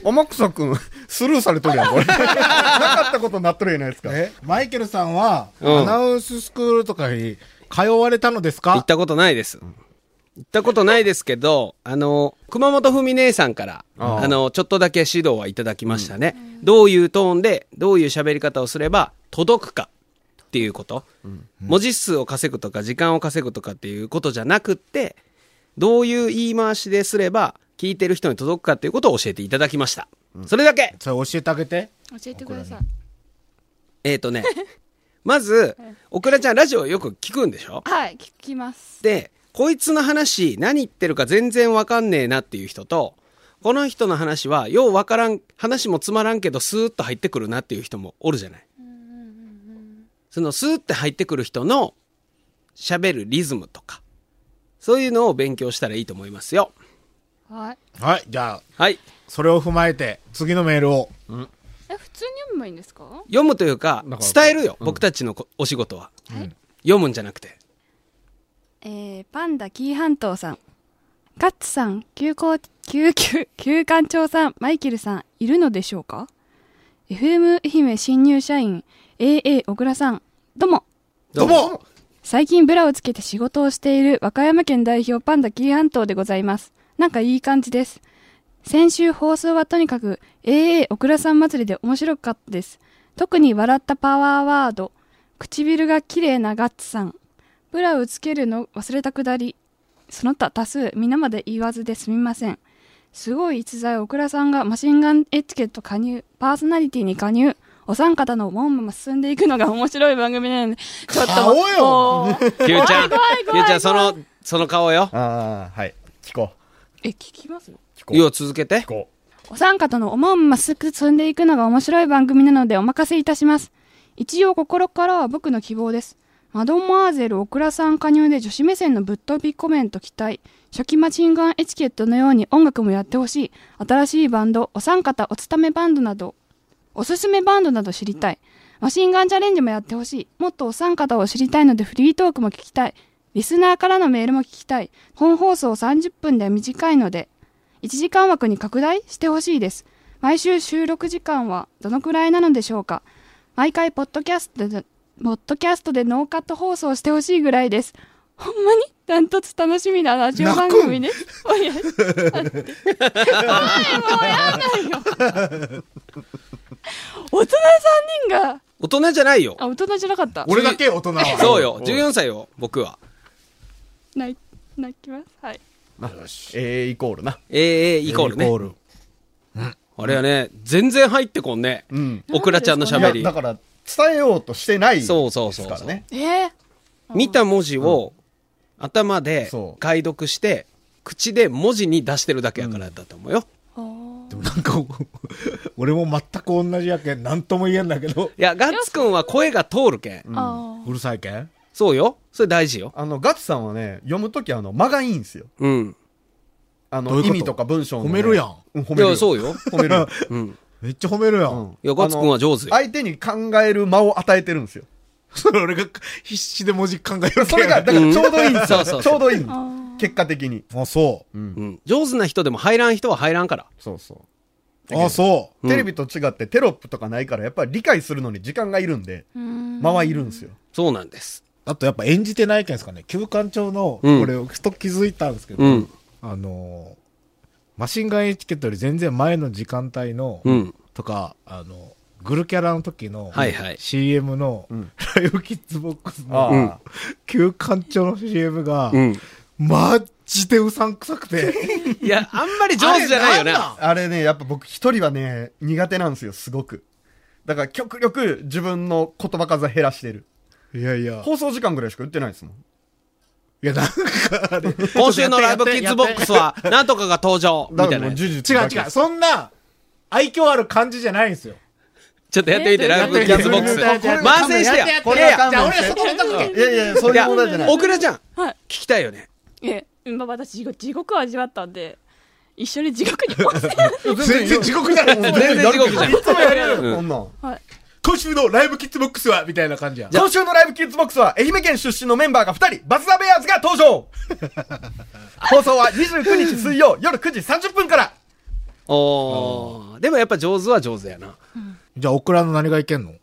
[SPEAKER 5] 天草くん、 [LAUGHS] スルーされとるや
[SPEAKER 4] [LAUGHS]
[SPEAKER 5] ん、これ。なかったことになっとるやないですか。
[SPEAKER 3] えマイケルさんは、
[SPEAKER 4] うん
[SPEAKER 3] アナウンススクールとかに通われたのです
[SPEAKER 4] 行っ
[SPEAKER 3] か
[SPEAKER 4] たことないです。行ったことないですけど、あの、熊本文姉さんから、あの、ちょっとだけ指導はいただきましたね。どういうトーンで、どういう喋り方をすれば届くかっていうこと。文字数を稼ぐとか、時間を稼ぐとかっていうことじゃなくって、どういう言い回しですれば、聞いてる人に届くかっていうことを教えていただきました。それだけ
[SPEAKER 3] それ教えてあげて。
[SPEAKER 2] 教えてください。
[SPEAKER 4] えっ、ー、とね、まず、オクラちゃんラジオよく聞くんでしょ
[SPEAKER 2] はい、聞きます。
[SPEAKER 4] で、こいつの話、何言ってるか全然わかんねえなっていう人と、この人の話は、ようわからん、話もつまらんけど、スーッと入ってくるなっていう人もおるじゃない。その、スーッて入ってくる人の、喋るリズムとか、そういうのを勉強したらいいと思いますよ。
[SPEAKER 2] はい。
[SPEAKER 3] はい、じゃあ、
[SPEAKER 4] はい。
[SPEAKER 3] それを踏まえて、次のメールを。
[SPEAKER 2] え、普通に読めばいいんですか
[SPEAKER 4] 読むというか、
[SPEAKER 3] だから
[SPEAKER 4] 伝えるよ、僕たちのこお仕事は。
[SPEAKER 2] はい
[SPEAKER 4] 読むんじゃなくて。
[SPEAKER 2] えー、パンダ紀伊半島さん、ガッツさん、急行、急急、急館長さん、マイケルさん、いるのでしょうか ?FM 愛媛新入社員、AA 小倉さん、どうも。
[SPEAKER 3] どうも
[SPEAKER 2] 最近ブラをつけて仕事をしている和歌山県代表パンダ紀伊半島でございます。なんかいい感じです。先週放送はとにかく AA 小倉さん祭りで面白かったです。特に笑ったパワーワード、唇が綺麗なガッツさん、ブラをつけるの忘れたくだり、その他多数皆まで言わずですみません。すごい逸材小倉さんがマシンガンエチケット加入、パーソナリティに加入、お三方の門まま進んでいくのが面白い番組なので、ちょっと
[SPEAKER 3] 顔よ
[SPEAKER 2] もう
[SPEAKER 4] キューちゃん、キ
[SPEAKER 2] 怖い怖い怖い
[SPEAKER 4] ューちゃん、その、その顔よ。
[SPEAKER 5] ああ、はい。聞こ
[SPEAKER 2] え、聞きますよ。
[SPEAKER 5] う。聞こ
[SPEAKER 4] よ
[SPEAKER 5] う。
[SPEAKER 4] う続けて
[SPEAKER 5] 聞。こ
[SPEAKER 2] お三方の思うまま進んでいくのが面白い番組なのでお任せいたします。一応心からは僕の希望です。マドモアーゼル・オクラさん加入で女子目線のぶっ飛びコメント期待。初期マチンガンエチケットのように音楽もやってほしい。新しいバンド、お三方、おつためバンドなど、おすすめバンドなど知りたい。マシンガンチャレンジもやってほしい。もっとお三方を知りたいのでフリートークも聞きたい。リスナーからのメールも聞きたい。本放送30分では短いので、1時間枠に拡大してほしいです。毎週収録時間はどのくらいなのでしょうか毎回ポッドキャストで、ポッドキャストでノーカット放送してほしいぐらいです。ほんまにダントツ楽しみなラジオ番組です。おいおい待っておいもうやんないよ。大人3人が、
[SPEAKER 4] 大人じゃないよ。
[SPEAKER 2] あ、大人じゃなかった。
[SPEAKER 3] 俺だけ大人は。
[SPEAKER 4] そうよ。14歳よ、僕は。
[SPEAKER 2] 泣い泣きます。はい。
[SPEAKER 5] えー、イコールな。
[SPEAKER 4] ええイコールね。
[SPEAKER 3] ル。
[SPEAKER 4] あれはね、全然入ってこんね。
[SPEAKER 5] うん。
[SPEAKER 4] オクラちゃんの
[SPEAKER 5] い
[SPEAKER 4] 喋
[SPEAKER 5] や、
[SPEAKER 4] り
[SPEAKER 5] だ。から、伝えようとしてないですから
[SPEAKER 4] そう
[SPEAKER 5] ね。
[SPEAKER 4] そうそうそう
[SPEAKER 2] えー、
[SPEAKER 4] 見た文字を頭で
[SPEAKER 5] そう
[SPEAKER 4] 解読して、口で文字に出してるだけやからだと思うよ。
[SPEAKER 3] でもなんか、 [LAUGHS] 俺も全く同じやけん、なんとも言えんだけど。
[SPEAKER 4] いや、ガッツくんは声が通るけん。
[SPEAKER 2] あ
[SPEAKER 3] うるさいけん
[SPEAKER 4] そうよ。それ大事よ。
[SPEAKER 5] あの、ガッツさんはね、読むときあの、間がいいんですよ。
[SPEAKER 4] うん。
[SPEAKER 5] あの
[SPEAKER 3] どういうこと
[SPEAKER 5] 意味とか文章のね、
[SPEAKER 3] 褒めるやん
[SPEAKER 5] う褒
[SPEAKER 4] い
[SPEAKER 5] める
[SPEAKER 4] や、
[SPEAKER 5] よ。
[SPEAKER 4] そうよ。
[SPEAKER 5] 褒めるよ。
[SPEAKER 4] うん。
[SPEAKER 3] めっちゃ褒めるや。
[SPEAKER 5] うんん
[SPEAKER 4] [LAUGHS] いやガッツくんは上手よ
[SPEAKER 5] あの相手に考える間を与えてるんですよ。
[SPEAKER 3] それ俺が必死で文字考えるけん
[SPEAKER 5] [LAUGHS] それが、だからちょうどいいんです
[SPEAKER 4] う
[SPEAKER 5] よ。
[SPEAKER 4] んそうそう
[SPEAKER 5] ち
[SPEAKER 4] そ
[SPEAKER 5] ょ
[SPEAKER 4] う
[SPEAKER 5] うどいいん
[SPEAKER 2] あー
[SPEAKER 5] 結果的に。
[SPEAKER 3] あ、そ
[SPEAKER 4] うん。上手な人でも入らん人は入らんから。
[SPEAKER 5] そうそう。
[SPEAKER 3] う。あ、そう。
[SPEAKER 4] うん
[SPEAKER 5] テレビと違ってテロップとかないから、やっぱり理解するのに時間がいるんで、
[SPEAKER 2] うーん
[SPEAKER 5] 間はいるんですよ。
[SPEAKER 4] そうなんです。
[SPEAKER 3] あとやっぱ演じてないけんですかね。休館長の、
[SPEAKER 4] うん
[SPEAKER 3] これ、ふと気づいたんですけど、
[SPEAKER 4] うん。
[SPEAKER 3] あのーマシンガンエチケットより全然前の時間帯の、
[SPEAKER 4] うん。
[SPEAKER 3] とか、あの、グルキャラの時の、
[SPEAKER 4] はいはい
[SPEAKER 3] CM の、
[SPEAKER 5] ん
[SPEAKER 3] ライブキッズボックス
[SPEAKER 5] ああ、
[SPEAKER 3] の、休館長の CM が、
[SPEAKER 4] うん。
[SPEAKER 3] マッジでうさんくさくて、
[SPEAKER 4] いや、あんまり上手じゃないよ
[SPEAKER 3] あれ
[SPEAKER 4] ね。
[SPEAKER 3] んなん
[SPEAKER 5] あれね、やっぱ僕一人はね、苦手なんですよ、すごく。だから極力自分の言葉数は減らしてる。
[SPEAKER 3] いやいや。
[SPEAKER 5] 放送時間ぐらいしか売ってないですもん。
[SPEAKER 3] いや、なんかあれ。
[SPEAKER 4] 今週のライブキッズボックスは、なんとかが登場み
[SPEAKER 5] だ
[SPEAKER 4] た
[SPEAKER 5] か
[SPEAKER 4] いな
[SPEAKER 5] らもう
[SPEAKER 4] やつ。
[SPEAKER 5] 事実
[SPEAKER 3] 違う
[SPEAKER 5] だけ
[SPEAKER 3] 違う。そんな、愛嬌ある感じじゃないんですよ。
[SPEAKER 4] ちょっとやってみて、ライブキッズボックス。
[SPEAKER 3] やってみて
[SPEAKER 4] 万戦して
[SPEAKER 3] や
[SPEAKER 4] や。
[SPEAKER 3] ってやって
[SPEAKER 4] いやいや
[SPEAKER 5] 勘
[SPEAKER 3] じゃあ
[SPEAKER 5] 弁
[SPEAKER 3] 俺
[SPEAKER 5] して
[SPEAKER 3] らそこにとっとけ。
[SPEAKER 5] いやいや、そういう問題じゃない。
[SPEAKER 4] 大倉ちゃん、
[SPEAKER 2] はい
[SPEAKER 4] 聞きたいよね。
[SPEAKER 2] え、まあ、私地獄地獄を味わったんで、一緒に地獄に
[SPEAKER 4] [LAUGHS]
[SPEAKER 2] 落ちて
[SPEAKER 3] 全然地獄だ
[SPEAKER 5] もう
[SPEAKER 3] よ。
[SPEAKER 4] 全然地獄じゃん
[SPEAKER 5] いつもやるよ、
[SPEAKER 4] うん
[SPEAKER 5] こんなん。
[SPEAKER 2] はい。
[SPEAKER 3] 今週のライブキッズボックスは、みたいな感じや。
[SPEAKER 5] 今週のライブキッズボックスは、愛媛県出身のメンバーが2人、バズザベアーズが登
[SPEAKER 4] [LAUGHS]
[SPEAKER 5] 場放送は29日水曜夜9時30分から
[SPEAKER 4] おーでもやっぱ上手は上手やな。
[SPEAKER 3] じゃあ、オクラの何がいけんの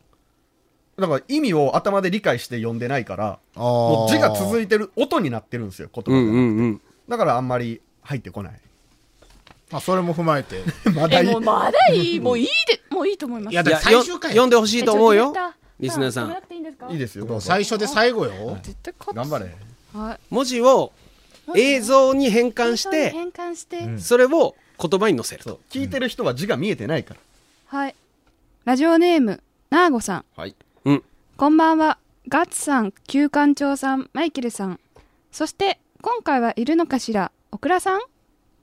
[SPEAKER 5] だから意味を頭で理解して読んでないから、
[SPEAKER 3] あー
[SPEAKER 5] もう字が続いてる音になってるんですよ、言葉
[SPEAKER 4] う
[SPEAKER 5] が。
[SPEAKER 4] んうんうん。
[SPEAKER 5] だからあんまり入ってこない。
[SPEAKER 3] まあ、それも踏まえて。
[SPEAKER 5] まだ
[SPEAKER 2] え、
[SPEAKER 5] いい
[SPEAKER 2] もうまだいい、もういいで、もういいと思います。
[SPEAKER 3] いやだ
[SPEAKER 4] いや、
[SPEAKER 3] 最終回
[SPEAKER 4] よ読んでほしいと思うよ
[SPEAKER 2] えちょっと。
[SPEAKER 4] リスナーさ
[SPEAKER 2] 止め
[SPEAKER 4] ん
[SPEAKER 2] な。くていいんですか
[SPEAKER 5] いいですよ。どうぞ
[SPEAKER 3] 最初で最後よ。
[SPEAKER 2] 絶対カット
[SPEAKER 5] 頑張れ。
[SPEAKER 2] はい。
[SPEAKER 4] 文字を映像に変換し
[SPEAKER 2] 映像に
[SPEAKER 4] て、
[SPEAKER 2] 変換して、
[SPEAKER 4] それを言葉に載せると。
[SPEAKER 5] 聞いてる人は字が見えてないから。
[SPEAKER 2] はい。ラジオネーム、なーごさん。
[SPEAKER 5] はい。
[SPEAKER 4] うん。
[SPEAKER 2] こんばんは。ガッツさん、旧館長さん、マイケルさん。そして、今回はいるのかしら、オクラさん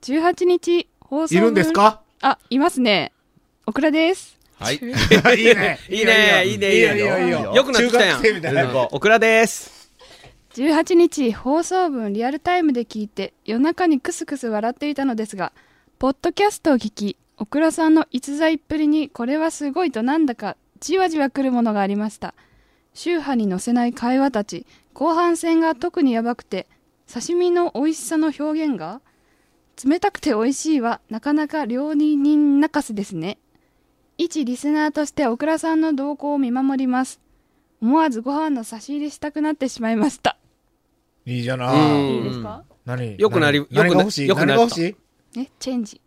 [SPEAKER 2] ?18 日、放送
[SPEAKER 3] い
[SPEAKER 2] 分
[SPEAKER 3] るんですか
[SPEAKER 2] あ、いますね。オクラです。
[SPEAKER 5] はい。
[SPEAKER 3] いいね。
[SPEAKER 4] いいね、いいね、いいね。
[SPEAKER 3] いいよいいよいいよ
[SPEAKER 4] よくなってきたや。
[SPEAKER 3] 中学生みたいなん
[SPEAKER 4] オクラです。
[SPEAKER 2] 18日、放送分リアルタイムで聞いて、夜中にクスクス笑っていたのですが、ポッドキャストを聞き、オクラさんの逸材っぷりに、これはすごいとなんだか、じわじわ来るものがありました。宗派に載せない会話たち後半戦が特にやばくて刺身の美味しさの表現が冷たくて美味しいはなかなか料理人泣かせですね一リスナーとしてオクラさんの動向を見守ります思わずご飯の差し入れしたくなってしまいました
[SPEAKER 3] いいじゃ
[SPEAKER 4] う
[SPEAKER 3] ない。
[SPEAKER 2] いいです
[SPEAKER 4] ん。
[SPEAKER 2] か、
[SPEAKER 3] 何
[SPEAKER 4] よくなり
[SPEAKER 3] 何何が欲しい
[SPEAKER 4] よくな
[SPEAKER 3] 何が欲しい
[SPEAKER 2] ねチェンジ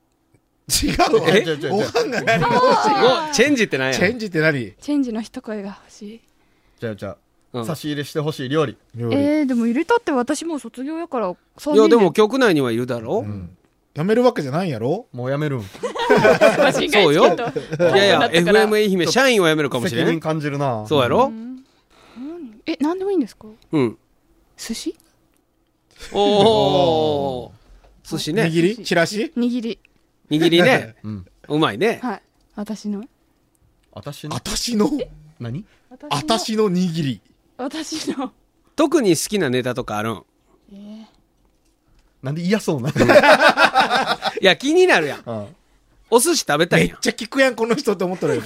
[SPEAKER 3] 違うわ。
[SPEAKER 5] え違う違う違う
[SPEAKER 3] ご飯が何が欲し
[SPEAKER 4] おチェンジってなん
[SPEAKER 3] い
[SPEAKER 4] や
[SPEAKER 3] チェンジって何
[SPEAKER 2] チェンジの一声が欲しい
[SPEAKER 5] じゃあじゃ
[SPEAKER 4] う
[SPEAKER 5] あ、
[SPEAKER 4] ん
[SPEAKER 5] 差し入れしてほしい料理。
[SPEAKER 3] 料理
[SPEAKER 2] えー、でも入れたって私もう卒業やから3
[SPEAKER 4] いや、でも局内にはいるだろ
[SPEAKER 3] やめるわけじゃないんやろ
[SPEAKER 5] もうやめるん。
[SPEAKER 4] そうよ。いやい [LAUGHS] や、FM 愛媛、
[SPEAKER 5] と
[SPEAKER 4] 社員は辞めるかもし
[SPEAKER 5] 責
[SPEAKER 4] れな
[SPEAKER 5] 任
[SPEAKER 4] い。
[SPEAKER 5] 感じるな
[SPEAKER 4] そうやろ
[SPEAKER 2] え何でもいいんですか
[SPEAKER 4] うん。
[SPEAKER 2] 寿司
[SPEAKER 4] おー。 [LAUGHS] 寿司ね。
[SPEAKER 3] 握りチラシ
[SPEAKER 2] 握り
[SPEAKER 4] 握りね。
[SPEAKER 5] うん。
[SPEAKER 4] [LAUGHS] うまいね。
[SPEAKER 2] はい私の
[SPEAKER 5] 私の
[SPEAKER 3] あ、たしの、
[SPEAKER 5] 何
[SPEAKER 3] あたしの握り。
[SPEAKER 2] 私の
[SPEAKER 4] 特に好きなネタとかあるん
[SPEAKER 5] なんで嫌そうな。
[SPEAKER 4] いや、気になるやん。
[SPEAKER 5] うん、
[SPEAKER 4] お寿司食べた
[SPEAKER 3] め
[SPEAKER 4] い
[SPEAKER 3] っ
[SPEAKER 4] やん。
[SPEAKER 3] ちゃ聞くやん、この人って思ったらよ。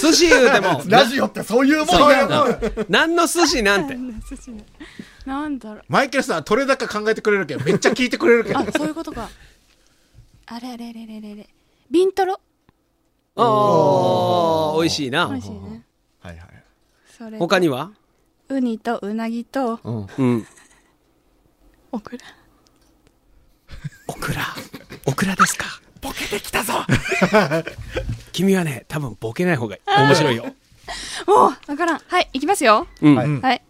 [SPEAKER 4] 寿司言う [LAUGHS] ても
[SPEAKER 5] ラジオってそういうもんやな。
[SPEAKER 4] 何の寿司なんて。
[SPEAKER 2] 寿司の [LAUGHS] なんだろう
[SPEAKER 3] マイケルさんは取れ高考えてくれるけん。めっちゃ聞いてくれるけん。
[SPEAKER 2] あそういうことかあれあれあれあれあれあれビントロ
[SPEAKER 4] おー、美味しい
[SPEAKER 2] 美
[SPEAKER 4] な
[SPEAKER 2] 味。しいね
[SPEAKER 5] はいはい。
[SPEAKER 2] それと
[SPEAKER 4] 他には
[SPEAKER 2] ウニとウナギと
[SPEAKER 5] うん。
[SPEAKER 4] うん。
[SPEAKER 2] オクラ
[SPEAKER 4] オクラ。オクラですか。ボケてきたぞ [LAUGHS] 君はね、多分ボケない方が面白いよ。
[SPEAKER 2] もうわからんはい行きますよ
[SPEAKER 4] うん。
[SPEAKER 5] はい
[SPEAKER 2] はい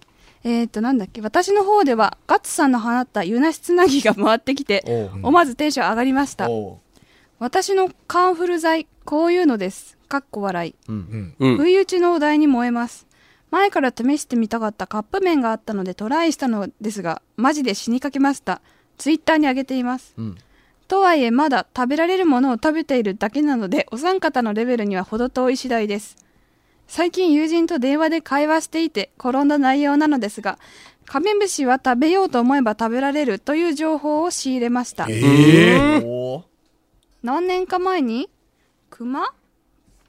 [SPEAKER 2] えー、となんだっけ私の方ではガッツさんの放ったユナシツナギが回ってきて
[SPEAKER 5] おう
[SPEAKER 2] 思わずテンション上がりました
[SPEAKER 5] おう
[SPEAKER 2] 私のカンフル剤こういうのですかっこ笑い
[SPEAKER 5] うん。
[SPEAKER 4] うん。
[SPEAKER 2] 不意打ちのお題に燃えます前から試してみたかったカップ麺があったのでトライしたのですがマジで死にかけましたツイッターに上げています
[SPEAKER 5] うん。
[SPEAKER 2] とはいえまだ食べられるものを食べているだけなのでお三方のレベルには程遠い次第です最近友人と電話で会話していて転んだ内容なのですがカメムシは食べようと思えば食べられるという情報を仕入れました
[SPEAKER 3] ええ。
[SPEAKER 5] おう
[SPEAKER 2] 何年か前に熊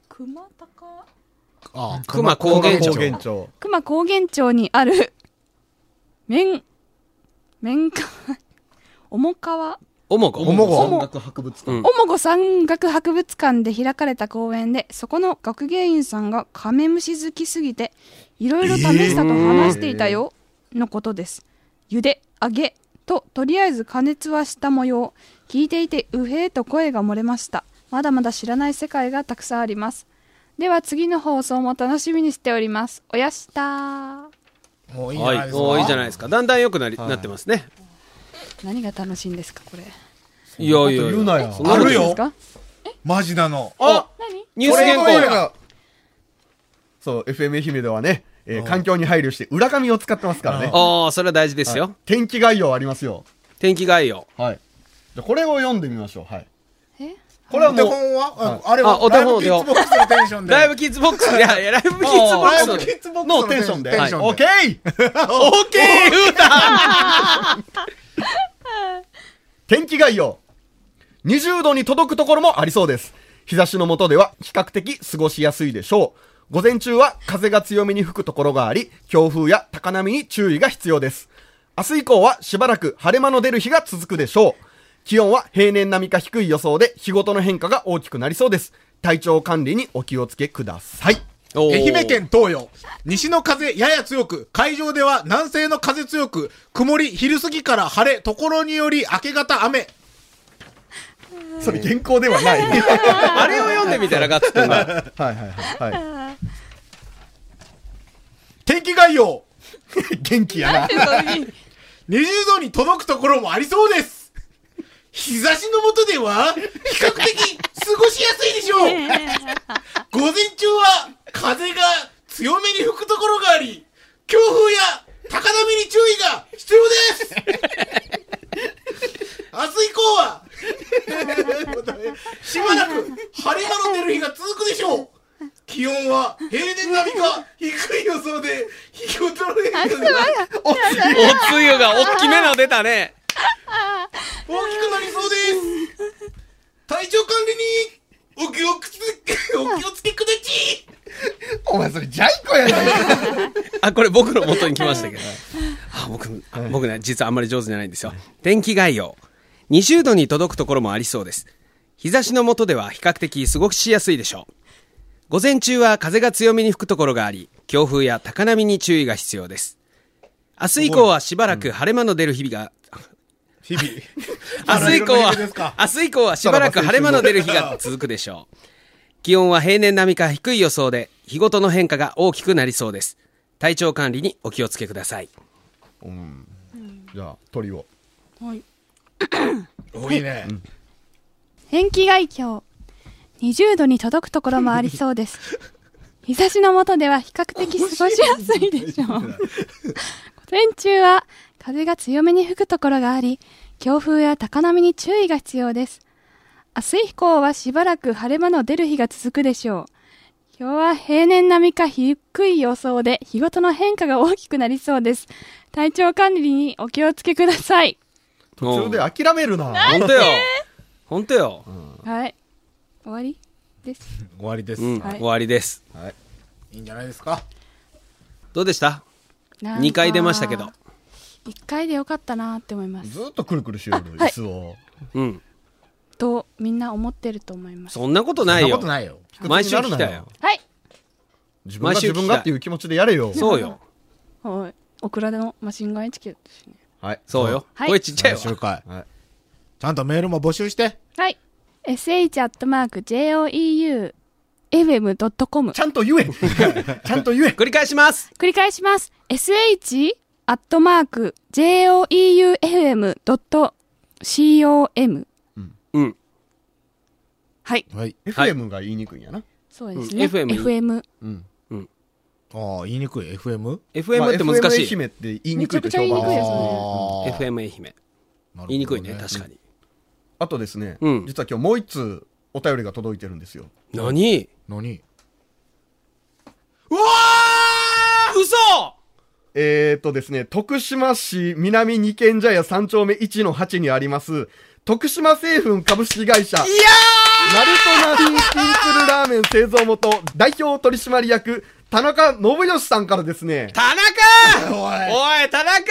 [SPEAKER 2] 熊高
[SPEAKER 3] あ、
[SPEAKER 4] 熊高
[SPEAKER 5] 高
[SPEAKER 4] 原
[SPEAKER 5] 原
[SPEAKER 4] 町
[SPEAKER 5] 町。
[SPEAKER 2] 熊高原町にある面面か [LAUGHS] 面川
[SPEAKER 4] おもご。
[SPEAKER 3] おもご
[SPEAKER 5] 音楽博
[SPEAKER 4] う
[SPEAKER 5] 物館。
[SPEAKER 4] ん
[SPEAKER 2] おもご山岳博物館で開かれた公演でそこの学芸員さんがカメムシ好きすぎていろいろ試したと話していたよ、のことです茹で揚げととりあえず加熱はした模様聞いていてうへーと声が漏れましたまだまだ知らない世界がたくさんありますでは次の放送も楽しみにしておりますおやしたー
[SPEAKER 3] もういいじゃ
[SPEAKER 4] は
[SPEAKER 3] ない
[SPEAKER 4] い。
[SPEAKER 3] ですか。
[SPEAKER 4] おーいいじゃないですか。だんだん良くなり、なってますね。
[SPEAKER 2] 何が楽しいんですかこれ
[SPEAKER 4] いやいやい
[SPEAKER 5] 言うな
[SPEAKER 4] や。
[SPEAKER 5] よ
[SPEAKER 4] そんなこと
[SPEAKER 3] あるよ
[SPEAKER 2] 何ですか
[SPEAKER 3] マジなの。
[SPEAKER 4] あニュース原
[SPEAKER 5] これ
[SPEAKER 4] 稿。
[SPEAKER 5] がそう、FM 愛媛ではね、えー環境に配慮して裏紙を使ってますからね。
[SPEAKER 4] ああ、それは大事ですよ。
[SPEAKER 5] はい天気概要ありますよ。
[SPEAKER 4] 天気概要。
[SPEAKER 5] はい。じゃあこれを読んでみましょう。はい。
[SPEAKER 2] え
[SPEAKER 5] これは
[SPEAKER 3] お
[SPEAKER 5] も
[SPEAKER 3] 手
[SPEAKER 5] う、
[SPEAKER 3] 本はああれ
[SPEAKER 4] あ
[SPEAKER 3] は、
[SPEAKER 4] お手
[SPEAKER 3] ライブ
[SPEAKER 4] 本
[SPEAKER 3] キッズボックスのテンションで。
[SPEAKER 4] ライブキッズボックス、いや、いやライブキッズボ
[SPEAKER 3] ライ
[SPEAKER 4] ッ
[SPEAKER 3] ブ
[SPEAKER 4] クス
[SPEAKER 3] キッズボックス
[SPEAKER 5] のテンションで。
[SPEAKER 3] テ
[SPEAKER 5] は
[SPEAKER 3] ン
[SPEAKER 5] い
[SPEAKER 3] ションで。
[SPEAKER 5] オッケー
[SPEAKER 4] オッケー言うた
[SPEAKER 5] 天気概要。20度に届くところもありそうです。日差しの下では比較的過ごしやすいでしょう。午前中は風が強めに吹くところがあり、強風や高波に注意が必要です。明日以降はしばらく晴れ間の出る日が続くでしょう。気温は平年並みか低い予想で日ごとの変化が大きくなりそうです。体調管理にお気をつけください。
[SPEAKER 4] おー
[SPEAKER 3] 愛媛県東洋。西の風やや強く、海上では南西の風強く、曇り、昼過ぎから晴れ、ところにより明け方雨。
[SPEAKER 5] それ原稿ではない。
[SPEAKER 4] あれを読んでみたらガッツくんが。
[SPEAKER 5] はいはいはい。は
[SPEAKER 3] 天気概要。
[SPEAKER 5] い、元気やな。
[SPEAKER 3] 20度に届くところもありそうです。日差しの下では、比較的過ごしやすいでしょう。午前中は、風が強めに吹くところがあり、強風や高波に注意が必要です。明日以降は、しばらく晴れ間の出る日が続くでしょう。気温は平年並みか低い予想で、日をとる変化が
[SPEAKER 5] お次
[SPEAKER 4] おつゆが大きめの出たね。
[SPEAKER 3] 大きくなりそうです体調管理にお気をつけ、お気をつけくだち
[SPEAKER 5] [LAUGHS] お前それジャイコやないか
[SPEAKER 4] あ、これ僕の元に来ましたけど。あ、僕、あ僕ね、実はあんまり上手じゃないんですよ。天気概要。20度に届くところもありそうです。日差しの下では比較的過ごしやすいでしょう。午前中は風が強めに吹くところがあり、強風や高波に注意が必要です。明日以降はしばらく晴れ間の出る日々が、
[SPEAKER 3] 日々。
[SPEAKER 4] 明日以降
[SPEAKER 3] いろいろな意味です
[SPEAKER 4] は
[SPEAKER 3] か、
[SPEAKER 4] 明日以降はしばらく晴れ間の出る日が続くでしょう。気温は平年並みか低い予想で、日ごとの変化が大きくなりそうです。体調管理にお気をつけください。
[SPEAKER 5] じゃあ鳥を
[SPEAKER 2] はい。
[SPEAKER 3] 多いね。
[SPEAKER 2] 天気外況。20度に届くところもありそうです。日差しの下では比較的過ごしやすいでしょう。午前中は風が強めに吹くところがあり、強風や高波に注意が必要です。明日以降はしばらく晴れ間の出る日が続くでしょう。今日は平年並みか低い予想で日ごとの変化が大きくなりそうです。体調管理にお気をつけください。
[SPEAKER 5] それで諦めるな
[SPEAKER 4] 本当よ。本当よ。
[SPEAKER 2] はい。終わりです。
[SPEAKER 3] 終わりです。
[SPEAKER 4] うん、
[SPEAKER 3] い
[SPEAKER 2] はい
[SPEAKER 4] 終わりです。
[SPEAKER 3] いんじゃないですか
[SPEAKER 4] どうでした
[SPEAKER 2] なんか
[SPEAKER 4] ?2 回出ましたけど。
[SPEAKER 2] 一回でよかったなって思います。
[SPEAKER 5] ずっとくるくるしよる
[SPEAKER 2] はい
[SPEAKER 5] 椅子を
[SPEAKER 4] うん。
[SPEAKER 2] とみんな思ってると思います。
[SPEAKER 4] そんなことないよ。
[SPEAKER 3] ないよ。
[SPEAKER 4] 毎週来
[SPEAKER 5] な
[SPEAKER 4] た
[SPEAKER 5] るなよ
[SPEAKER 4] よ。
[SPEAKER 2] はい。
[SPEAKER 5] 自分が
[SPEAKER 4] 毎週聞きたい
[SPEAKER 5] 自分がっていう気持ちでやれよ
[SPEAKER 4] そうよ。
[SPEAKER 2] はい。オクラのマシンガンエチケットですね。
[SPEAKER 5] はい
[SPEAKER 4] そうよ。
[SPEAKER 2] はい
[SPEAKER 4] 声ちっちゃいわ。
[SPEAKER 3] 紹介。
[SPEAKER 5] はい
[SPEAKER 3] ちゃんとメールも募集して。
[SPEAKER 2] はい。sh.joeufm.com
[SPEAKER 5] ちゃんと言
[SPEAKER 4] [LAUGHS]
[SPEAKER 5] えちゃんと言え
[SPEAKER 4] 繰り返します。
[SPEAKER 2] 繰り返します。sh.joeufm.com
[SPEAKER 4] うん。
[SPEAKER 2] はい。
[SPEAKER 3] はい。
[SPEAKER 4] はい
[SPEAKER 5] FM が言いにくいんやな
[SPEAKER 2] そうですね。
[SPEAKER 4] うん FM
[SPEAKER 2] FM。
[SPEAKER 5] うん
[SPEAKER 3] ああ、言いにくい FM?
[SPEAKER 4] FM って難しい。
[SPEAKER 5] まあ FM 愛媛って言いにくいと
[SPEAKER 2] めちゃくちゃ言い
[SPEAKER 5] 評
[SPEAKER 2] にく
[SPEAKER 5] 判
[SPEAKER 2] いですね
[SPEAKER 3] あー
[SPEAKER 4] FM 愛
[SPEAKER 3] なる
[SPEAKER 4] 媛。
[SPEAKER 3] ほど
[SPEAKER 4] 言いにくいね、確かに。
[SPEAKER 5] あとですね
[SPEAKER 4] うん
[SPEAKER 5] 実は今日もう一通お便りが届いてるんですよ
[SPEAKER 4] 何
[SPEAKER 3] 何
[SPEAKER 4] うわー嘘
[SPEAKER 5] えー、っとですね、徳島市南二軒茶屋三丁目1の8にあります、徳島製粉株式会社、いやナルトナフィンシンプルラーメン製造元、代表取締役、田中信義さんからですね、
[SPEAKER 4] 田中おい、田中
[SPEAKER 3] い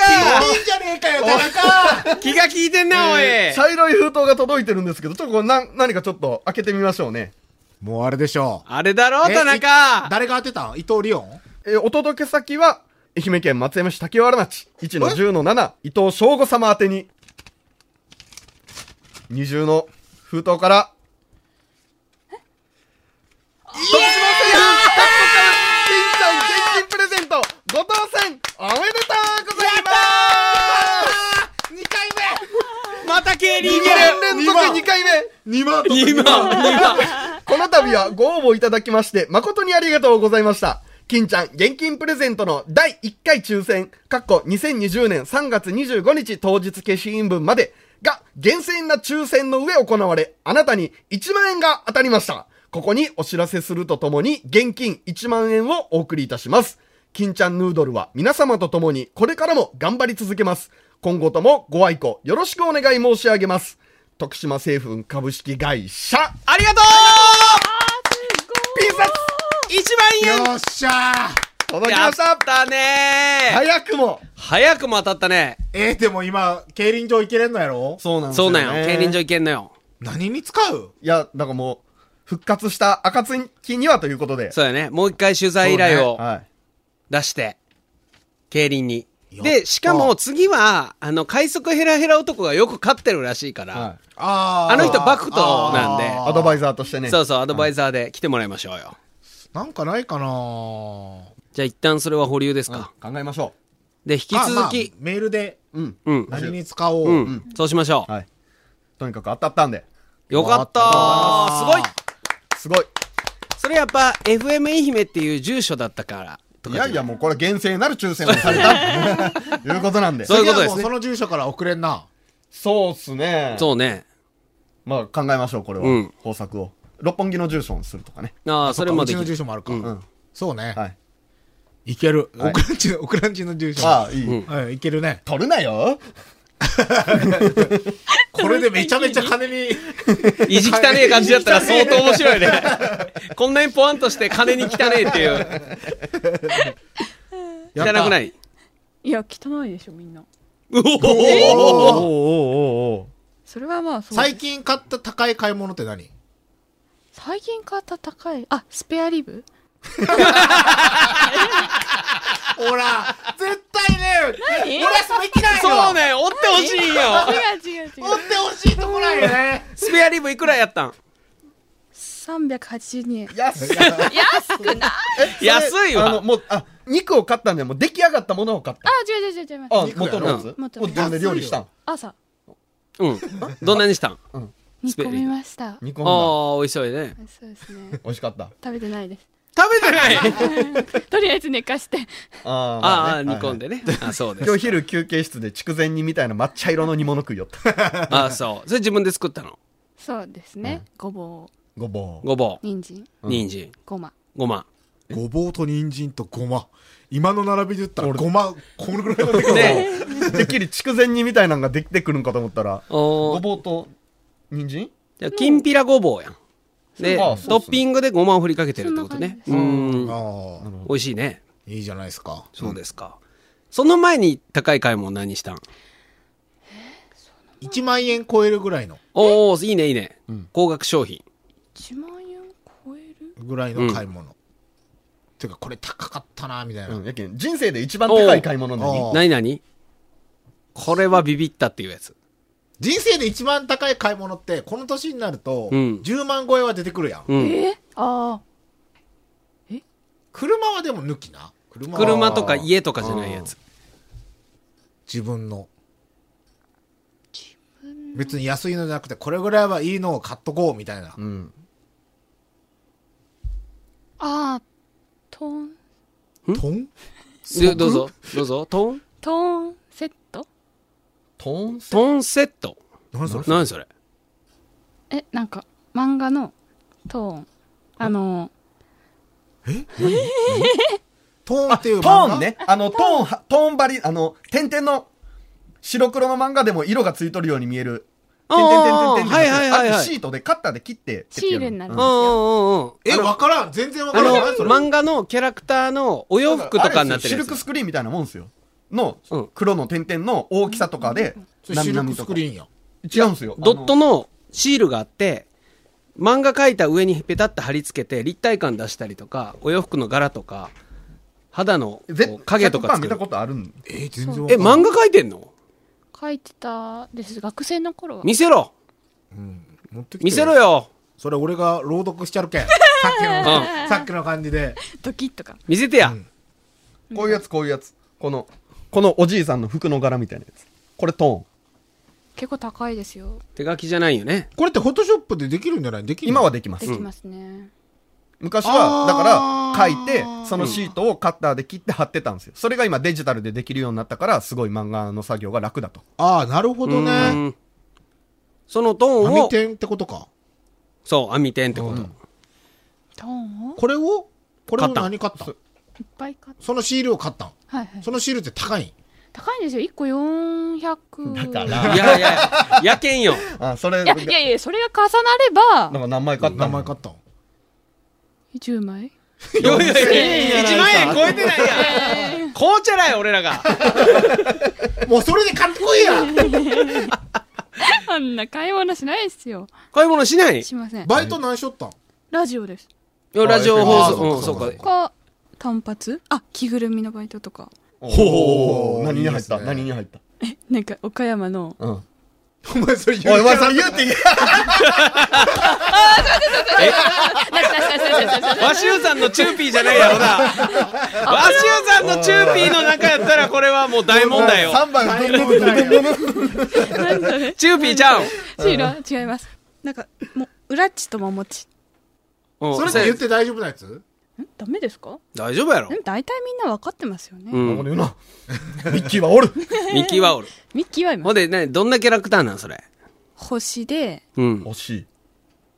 [SPEAKER 3] いじゃねえかよ、田中
[SPEAKER 4] 気が利いてんな、おい
[SPEAKER 5] えー茶色い封筒が届いてるんですけど、ちょっとこれな、何かちょっと開けてみましょうね。
[SPEAKER 3] [LAUGHS] もうあれでしょう。
[SPEAKER 4] あれだろ、
[SPEAKER 3] え
[SPEAKER 4] 田中
[SPEAKER 3] 誰が当てたん伊藤リオン
[SPEAKER 5] えーお届け先は、愛媛県松山市竹原町、1の10の7、伊藤翔吾様宛てに、二重の封筒から、徳島製粉カップから、金ちゃん現金プレゼント、ご当選、おめでとうございます
[SPEAKER 3] 二回
[SPEAKER 4] また競輪い
[SPEAKER 5] 2年連続2回目
[SPEAKER 3] 目二万と
[SPEAKER 4] ける今、今
[SPEAKER 5] この度はご応募いただきまして、誠にありがとうございました。金ちゃん現金プレゼントの第1回抽選、かっこ2020年3月25日当日消印分までが厳正な抽選の上行われ、あなたに1万円が当たりました。ここにお知らせするとともに現金1万円をお送りいたします。金ちゃんヌードルは皆様と共にこれからも頑張り続けます。今後ともご愛顧よろしくお願い申し上げます。徳島製粉株式会社、
[SPEAKER 4] ありがとう
[SPEAKER 5] ピンサツ
[SPEAKER 4] 1万円
[SPEAKER 3] よっしゃー
[SPEAKER 5] 届き
[SPEAKER 4] や
[SPEAKER 5] ま
[SPEAKER 4] っ
[SPEAKER 5] した
[SPEAKER 4] たねー
[SPEAKER 5] 早くも
[SPEAKER 4] 早くも当たったね。
[SPEAKER 3] えー、でも今、競輪場行けれんのやろ
[SPEAKER 5] そうなん
[SPEAKER 4] そうなんよ。競輪場行
[SPEAKER 5] い
[SPEAKER 4] けんのよ。
[SPEAKER 3] 何に使う
[SPEAKER 5] や、だからもう、復活した暁にはということで。
[SPEAKER 4] そうやね。もう一回取材依頼を
[SPEAKER 5] はい。
[SPEAKER 4] 出して、競輪に。
[SPEAKER 3] や
[SPEAKER 4] で、しかも次は、あの、快速ヘラヘラ男がよく勝ってるらしいから、
[SPEAKER 5] は
[SPEAKER 3] あー
[SPEAKER 4] あの人バクトなんで
[SPEAKER 5] い。
[SPEAKER 3] あー
[SPEAKER 5] アドバイザーとしてね。
[SPEAKER 4] そうそう、アドバイザーで来てもらいましょうよ。
[SPEAKER 3] なんかないかなぁ
[SPEAKER 4] じゃあ一旦それは保留です
[SPEAKER 5] うん
[SPEAKER 4] か。
[SPEAKER 5] 考えましょ
[SPEAKER 4] で、引き
[SPEAKER 3] まあま
[SPEAKER 4] 続
[SPEAKER 3] あ
[SPEAKER 4] き、
[SPEAKER 3] メールで
[SPEAKER 5] う。うん。
[SPEAKER 4] うん、
[SPEAKER 3] 何に使おう。
[SPEAKER 4] うん、そうしましょう。
[SPEAKER 5] はい。とにかく当たったんで。
[SPEAKER 4] よかったーすごい
[SPEAKER 5] すごい。
[SPEAKER 4] それやっぱ、FM 愛媛っていう住所だったから、と
[SPEAKER 5] い
[SPEAKER 4] かじゃ
[SPEAKER 5] や
[SPEAKER 4] ない
[SPEAKER 5] や、もうこれ厳正なる抽選を
[SPEAKER 3] [LAUGHS]
[SPEAKER 5] さ
[SPEAKER 4] [LAUGHS]
[SPEAKER 5] れたということなんで。
[SPEAKER 4] そういうこと
[SPEAKER 3] 次
[SPEAKER 4] ですね
[SPEAKER 3] はもその住所から送れんな。
[SPEAKER 5] そうっすね。
[SPEAKER 4] そうね。
[SPEAKER 5] まあ考えましょう、これは。
[SPEAKER 4] うん
[SPEAKER 5] 方策を。六本木の住所にするとかね。
[SPEAKER 4] ああ、それも
[SPEAKER 3] う
[SPEAKER 4] で
[SPEAKER 3] ち
[SPEAKER 4] き
[SPEAKER 3] の
[SPEAKER 4] る
[SPEAKER 3] 住。所もあるか。
[SPEAKER 5] うん。
[SPEAKER 3] そうね。
[SPEAKER 5] はい。
[SPEAKER 3] いける。オ
[SPEAKER 5] はい
[SPEAKER 3] クランチの、オクランチの住所。
[SPEAKER 5] ああ、いい。
[SPEAKER 3] うん、いけるね。
[SPEAKER 5] 取るなよ
[SPEAKER 3] これでめちゃめちゃ金に、
[SPEAKER 4] [LAUGHS] 意地汚ねえ感じだったら相当面 [LAUGHS] 白いね。こんなにポワンとして金に汚ねえっていう。
[SPEAKER 3] や
[SPEAKER 4] 汚
[SPEAKER 3] った
[SPEAKER 4] くない。
[SPEAKER 2] いや、汚いでしょ、みんな。
[SPEAKER 4] うお
[SPEAKER 5] おお
[SPEAKER 4] お
[SPEAKER 5] おお
[SPEAKER 2] それはまあ、そう。
[SPEAKER 3] 最近買った高い買い物って何
[SPEAKER 2] 最近買った高い。あ、スペアリブ
[SPEAKER 3] ほら、絶対ね、
[SPEAKER 2] 何違う
[SPEAKER 3] 漏らすべきなんよ。
[SPEAKER 4] そう。ね、追ってほしいよ。
[SPEAKER 2] 違う違 [LAUGHS]
[SPEAKER 3] 追っ
[SPEAKER 2] う。
[SPEAKER 3] てほしいとこなんよね。
[SPEAKER 4] スペアリブいくらやったん
[SPEAKER 2] 382円。
[SPEAKER 5] 安い
[SPEAKER 2] 安くない
[SPEAKER 4] 安い
[SPEAKER 5] あの、
[SPEAKER 4] わ。
[SPEAKER 5] もう、あ、肉を買ったんで、もう出来上がったものを買っ
[SPEAKER 2] あ
[SPEAKER 5] た。、
[SPEAKER 2] 違う違う違う違う。
[SPEAKER 5] あ、
[SPEAKER 3] 肉や
[SPEAKER 5] 元
[SPEAKER 3] ろ
[SPEAKER 5] のやつ
[SPEAKER 2] うん元の
[SPEAKER 5] もう自分で料理したん。
[SPEAKER 2] 朝、
[SPEAKER 4] うん。どんなにしたんあ
[SPEAKER 2] 煮
[SPEAKER 4] スペア
[SPEAKER 2] 込
[SPEAKER 4] リブ
[SPEAKER 2] みました。
[SPEAKER 5] 煮込
[SPEAKER 4] あ
[SPEAKER 5] んだ。
[SPEAKER 4] ー、美味しそうやね。
[SPEAKER 2] そうですね。
[SPEAKER 5] 美味しかった。
[SPEAKER 2] 食べてないです。 [LAUGHS]
[SPEAKER 4] 食べてない
[SPEAKER 2] とりあえず寝かして。
[SPEAKER 5] あーま
[SPEAKER 4] ああ、
[SPEAKER 5] ね
[SPEAKER 4] 煮込んで
[SPEAKER 5] はい
[SPEAKER 4] ね。
[SPEAKER 5] [LAUGHS]
[SPEAKER 4] あそうで
[SPEAKER 5] 今
[SPEAKER 4] す。
[SPEAKER 5] 日昼休憩室で筑前煮みたいな抹茶色の煮物食いよった。 [LAUGHS]
[SPEAKER 4] あそう。それ自分で作ったの。
[SPEAKER 2] そうですね。ごぼ
[SPEAKER 5] ごぼう。
[SPEAKER 4] ごぼ
[SPEAKER 2] う、人参、
[SPEAKER 4] う、人参、
[SPEAKER 2] ごま。
[SPEAKER 4] ごま。
[SPEAKER 3] ごぼうと人参とごま。今の並びで言ったらごま、このぐらいのでか
[SPEAKER 4] ね
[SPEAKER 5] てっきり筑前煮みたいなのができてくるんかと思ったら、
[SPEAKER 4] お
[SPEAKER 5] ご
[SPEAKER 4] ー
[SPEAKER 5] ぼうと人参
[SPEAKER 4] じゃあきんぴらごぼうやん。で、
[SPEAKER 5] あそうっすね
[SPEAKER 4] トッピングでごまを振りかけてるってことね。う
[SPEAKER 2] そ
[SPEAKER 4] ん。
[SPEAKER 5] [LAUGHS]
[SPEAKER 3] ああ、
[SPEAKER 4] 美味しいね。
[SPEAKER 3] いいじゃないですか。
[SPEAKER 4] そうですか。その前に高い買い物何したん
[SPEAKER 3] 1万円超えるぐらいの、
[SPEAKER 4] おおいいねいいね、高額商品。
[SPEAKER 2] 1万円超える
[SPEAKER 3] ぐらいの買い物。てか、これ高かったな、みたいな。
[SPEAKER 5] うん、やけん人生で一番高い買い物な
[SPEAKER 3] お
[SPEAKER 5] の
[SPEAKER 3] う
[SPEAKER 4] 何何これはビビったっていうやつ。
[SPEAKER 3] 人生で一番高い買い物って、この年になると、
[SPEAKER 4] うん
[SPEAKER 3] 10万超えは出てくるやん。
[SPEAKER 4] うん。
[SPEAKER 2] えああ。
[SPEAKER 3] 車はでも抜きな。車は
[SPEAKER 4] 車とか家とかじゃないやつ。
[SPEAKER 3] 自分の。別に安いのじゃなくて、これぐらいはいいのを買っとこう、みたいな。
[SPEAKER 5] に。うん。
[SPEAKER 2] ああ。トーン、
[SPEAKER 3] トン
[SPEAKER 4] でどうぞ、どうぞ。トン、
[SPEAKER 2] トーンセット
[SPEAKER 5] トーンセ
[SPEAKER 4] トンセット。
[SPEAKER 3] 何それ
[SPEAKER 4] 何それ
[SPEAKER 2] え、なんか、漫画のトーン。あの
[SPEAKER 3] トーンっていう漫
[SPEAKER 5] ト
[SPEAKER 3] 画
[SPEAKER 5] ーンね。あの、トーンは、トーン張り、あの、点々の、白黒の漫画でも色がついとるように見える。
[SPEAKER 4] あー
[SPEAKER 5] 点々点々点々
[SPEAKER 4] はいはいはいはい
[SPEAKER 5] あれシートで、カッターで切って。
[SPEAKER 2] シールになる
[SPEAKER 5] う
[SPEAKER 4] うんんうんうん。
[SPEAKER 3] え、わからん。全然わ
[SPEAKER 4] あ
[SPEAKER 3] からん。
[SPEAKER 4] の
[SPEAKER 3] 何そ、れ
[SPEAKER 4] 漫画のキャラクターのお洋服とかになって
[SPEAKER 5] シ
[SPEAKER 4] る
[SPEAKER 5] ル
[SPEAKER 4] や
[SPEAKER 5] ク
[SPEAKER 4] つ。
[SPEAKER 5] スクリーンみたいなもんですよ。の
[SPEAKER 4] うん、
[SPEAKER 5] 黒の点々の大きさとかで、
[SPEAKER 3] それシル
[SPEAKER 5] 並
[SPEAKER 3] ク
[SPEAKER 5] 々と
[SPEAKER 3] ス
[SPEAKER 5] か
[SPEAKER 3] クリーンや。
[SPEAKER 5] 違うんですよ。
[SPEAKER 4] ドットのシールがあって、漫画描いた上にペタッと貼り付けて立体感出したりとか、お洋服の柄とか、肌のこ
[SPEAKER 5] あの、
[SPEAKER 4] う影とか
[SPEAKER 5] 100%
[SPEAKER 4] 作
[SPEAKER 5] 見
[SPEAKER 4] る
[SPEAKER 5] た。ことあるん
[SPEAKER 3] えー、全然わ
[SPEAKER 4] え、
[SPEAKER 3] からん。
[SPEAKER 4] 漫画描いてんの
[SPEAKER 2] ー、書いてたです。学生の頃は。
[SPEAKER 4] 見せろ
[SPEAKER 3] 持ってきて
[SPEAKER 4] 見せろよ
[SPEAKER 3] それ俺が朗読しちゃるけん。さっきの、
[SPEAKER 4] う
[SPEAKER 3] さっきの感じで。
[SPEAKER 2] ドキッとか。
[SPEAKER 4] 見せてや、
[SPEAKER 3] うん
[SPEAKER 5] こういうやつ、こういうやつ。この、このおじいさんの服の柄みたいなやつ。これトーン。
[SPEAKER 2] 結構高いですよ。
[SPEAKER 4] 手書きじゃないよね。
[SPEAKER 3] これってフォトショップでできるんじゃないできる
[SPEAKER 5] 今はできま。
[SPEAKER 2] ですきますね。
[SPEAKER 5] 昔は、だか
[SPEAKER 3] あ
[SPEAKER 5] ら
[SPEAKER 3] ー
[SPEAKER 5] 書いて、そのシートをカッターで切って貼ってたんですよ。それが今デジタルでできるようになったから、すごい漫画の作業が楽だと。
[SPEAKER 3] ああ、なるほど
[SPEAKER 4] う
[SPEAKER 3] ね。
[SPEAKER 4] んそのトーン
[SPEAKER 3] 網
[SPEAKER 4] を、
[SPEAKER 3] 点ってことか。
[SPEAKER 4] そう、網点ってこと。
[SPEAKER 2] トーンを
[SPEAKER 3] これをこれを
[SPEAKER 4] 買った
[SPEAKER 3] 何買ったん
[SPEAKER 2] いっぱい買って。
[SPEAKER 3] そのシールを買ったん
[SPEAKER 2] はいはい。
[SPEAKER 3] そのシールって高いん
[SPEAKER 2] 高いんですよ。1個400。
[SPEAKER 5] だか
[SPEAKER 4] い
[SPEAKER 5] ら、
[SPEAKER 4] やいや、やけんよ。
[SPEAKER 5] あそれ、
[SPEAKER 2] いやいやいや、それが重
[SPEAKER 5] な
[SPEAKER 2] なれ
[SPEAKER 5] ん
[SPEAKER 2] ば、
[SPEAKER 5] か何枚買った
[SPEAKER 3] 名
[SPEAKER 5] の
[SPEAKER 3] 前買ったん
[SPEAKER 2] 10枚 [LAUGHS]
[SPEAKER 4] いやいやいや、1万円超えてないやん。紅茶だよ、俺らが。
[SPEAKER 3] もうそれで買ってこいや
[SPEAKER 2] あんな買い物しないですよ。
[SPEAKER 4] 買い物しない
[SPEAKER 2] しません。
[SPEAKER 3] バイト何しよったん
[SPEAKER 2] ラジオです。
[SPEAKER 4] ラジオ放
[SPEAKER 3] あ
[SPEAKER 4] 送。うん、そ
[SPEAKER 3] そうか
[SPEAKER 4] うか。
[SPEAKER 2] か、単発あ、着ぐるみのバイトとか。
[SPEAKER 5] ほう何に入っ
[SPEAKER 3] い
[SPEAKER 5] た
[SPEAKER 3] いですね
[SPEAKER 5] 何に入った
[SPEAKER 2] なんか、岡山の。
[SPEAKER 5] うん。
[SPEAKER 3] お
[SPEAKER 5] お
[SPEAKER 3] 前それ言う
[SPEAKER 5] い、お前さん言うていい
[SPEAKER 2] なしなしなしなしなしなし
[SPEAKER 4] 和州さんのチューピーじゃないやろな。 [LAUGHS] 和州さんのチューピーの中やったら、これはもう大問題よ。
[SPEAKER 5] 3番、ブンブンブンブンブンブン
[SPEAKER 2] [LAUGHS] なんだね
[SPEAKER 4] チューピーちゃん。
[SPEAKER 2] シール [LAUGHS] 違います。なんか、もう、裏っちとももち。
[SPEAKER 4] うん
[SPEAKER 3] それって言って大丈夫なやつ
[SPEAKER 2] んダメですか
[SPEAKER 4] 大丈夫やろ
[SPEAKER 2] で。も大体みんな分かってますよね。
[SPEAKER 4] うん
[SPEAKER 5] こ。れ言うな。ミッキーはおる。
[SPEAKER 4] ミキはおる。
[SPEAKER 2] ミッキーはいま
[SPEAKER 4] ほん
[SPEAKER 2] す。
[SPEAKER 4] で、ね、どんなキャラクターなんそれ。
[SPEAKER 2] 星で、
[SPEAKER 4] うん。
[SPEAKER 5] 惜しい。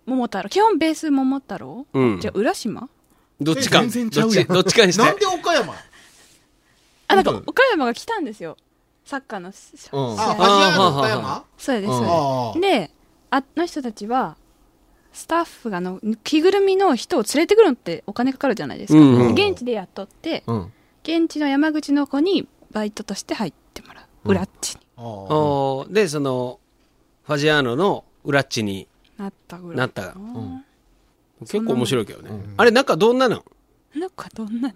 [SPEAKER 2] 桃太郎。基本ベース桃太郎。
[SPEAKER 4] うん
[SPEAKER 2] じゃあ、浦島
[SPEAKER 4] どっちか。
[SPEAKER 5] え全然ちゃ
[SPEAKER 4] どっ
[SPEAKER 5] うや
[SPEAKER 4] ち、
[SPEAKER 5] ん
[SPEAKER 4] どっちかにし
[SPEAKER 3] なん
[SPEAKER 4] て。
[SPEAKER 3] で岡山
[SPEAKER 2] あ、なんか
[SPEAKER 5] 本当、
[SPEAKER 2] 岡山が来たんですよ。サッカーのし、し
[SPEAKER 5] うん
[SPEAKER 3] あ、
[SPEAKER 2] 試
[SPEAKER 3] フ
[SPEAKER 2] 合
[SPEAKER 3] ァジアード岡
[SPEAKER 4] あ
[SPEAKER 3] 山
[SPEAKER 2] そうです、
[SPEAKER 5] うん
[SPEAKER 2] そうです。で、あの人たちは、スタッフがあの着ぐるみの人を連れてくるのってお金かかるじゃないですか、
[SPEAKER 4] うんうん
[SPEAKER 2] 現地で雇って、
[SPEAKER 5] うん。
[SPEAKER 2] 現地の山口の子にバイトとして入ってもらう裏っちに
[SPEAKER 3] ああ
[SPEAKER 4] おーで、その、ファジアーノの裏っちに
[SPEAKER 2] なったぐら
[SPEAKER 4] ないった。
[SPEAKER 2] ん
[SPEAKER 4] 結構面白いけどね。あれ、なんかどんなの
[SPEAKER 2] なんかどんなの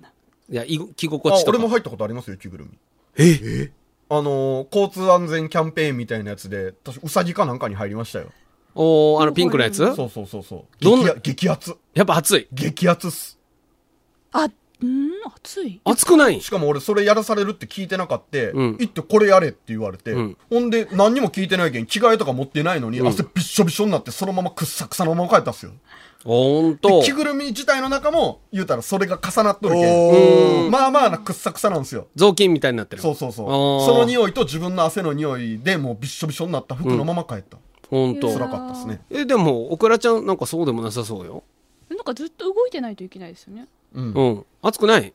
[SPEAKER 4] いや、居着
[SPEAKER 5] あ
[SPEAKER 4] 心地と
[SPEAKER 5] 俺
[SPEAKER 4] か
[SPEAKER 5] も。入ったことありますよ、着ぐるみ。
[SPEAKER 4] え
[SPEAKER 5] あのー、交通安全キャンペーンみたいなやつで、私、ウサギかなんかに入りましたよ。
[SPEAKER 4] おーあのピンクのやつ
[SPEAKER 5] そ
[SPEAKER 4] や
[SPEAKER 5] うそうそうそう。
[SPEAKER 4] どんな
[SPEAKER 5] 激ア激アツ。
[SPEAKER 4] っぱ熱い。
[SPEAKER 5] 激アツっす。
[SPEAKER 2] あんー暑い
[SPEAKER 4] 熱くない
[SPEAKER 5] しかも俺、それやらされるって聞いてなかった、
[SPEAKER 4] うん
[SPEAKER 5] 行ってこれやれって言われて、
[SPEAKER 4] うん
[SPEAKER 5] ほんで、何にも聞いてないけん、着替えとか持ってないのに、
[SPEAKER 4] うん
[SPEAKER 5] 汗びっしょびしょになって、そのままくっさくさのまま帰ったっすよ。
[SPEAKER 4] ほんと
[SPEAKER 5] で。着ぐるみ自体の中も、言うたらそれが重なっとる
[SPEAKER 4] お
[SPEAKER 5] け
[SPEAKER 4] ー
[SPEAKER 5] ん、まあまあなくっさくさなんですよ。
[SPEAKER 4] 雑巾みたいになってる。
[SPEAKER 5] そうそうそう。
[SPEAKER 4] あー
[SPEAKER 5] その匂いと自分の汗の匂いでもうびっしょびしょになった服のまま帰った。
[SPEAKER 4] ほん
[SPEAKER 2] う
[SPEAKER 4] と
[SPEAKER 2] ん
[SPEAKER 5] 辛。かったっすね。
[SPEAKER 4] え、でも、オクラちゃんなんかそうでもなさそうよ。
[SPEAKER 2] なんかずっと動いてないといけないですよね
[SPEAKER 5] うん
[SPEAKER 4] う。ん。熱くない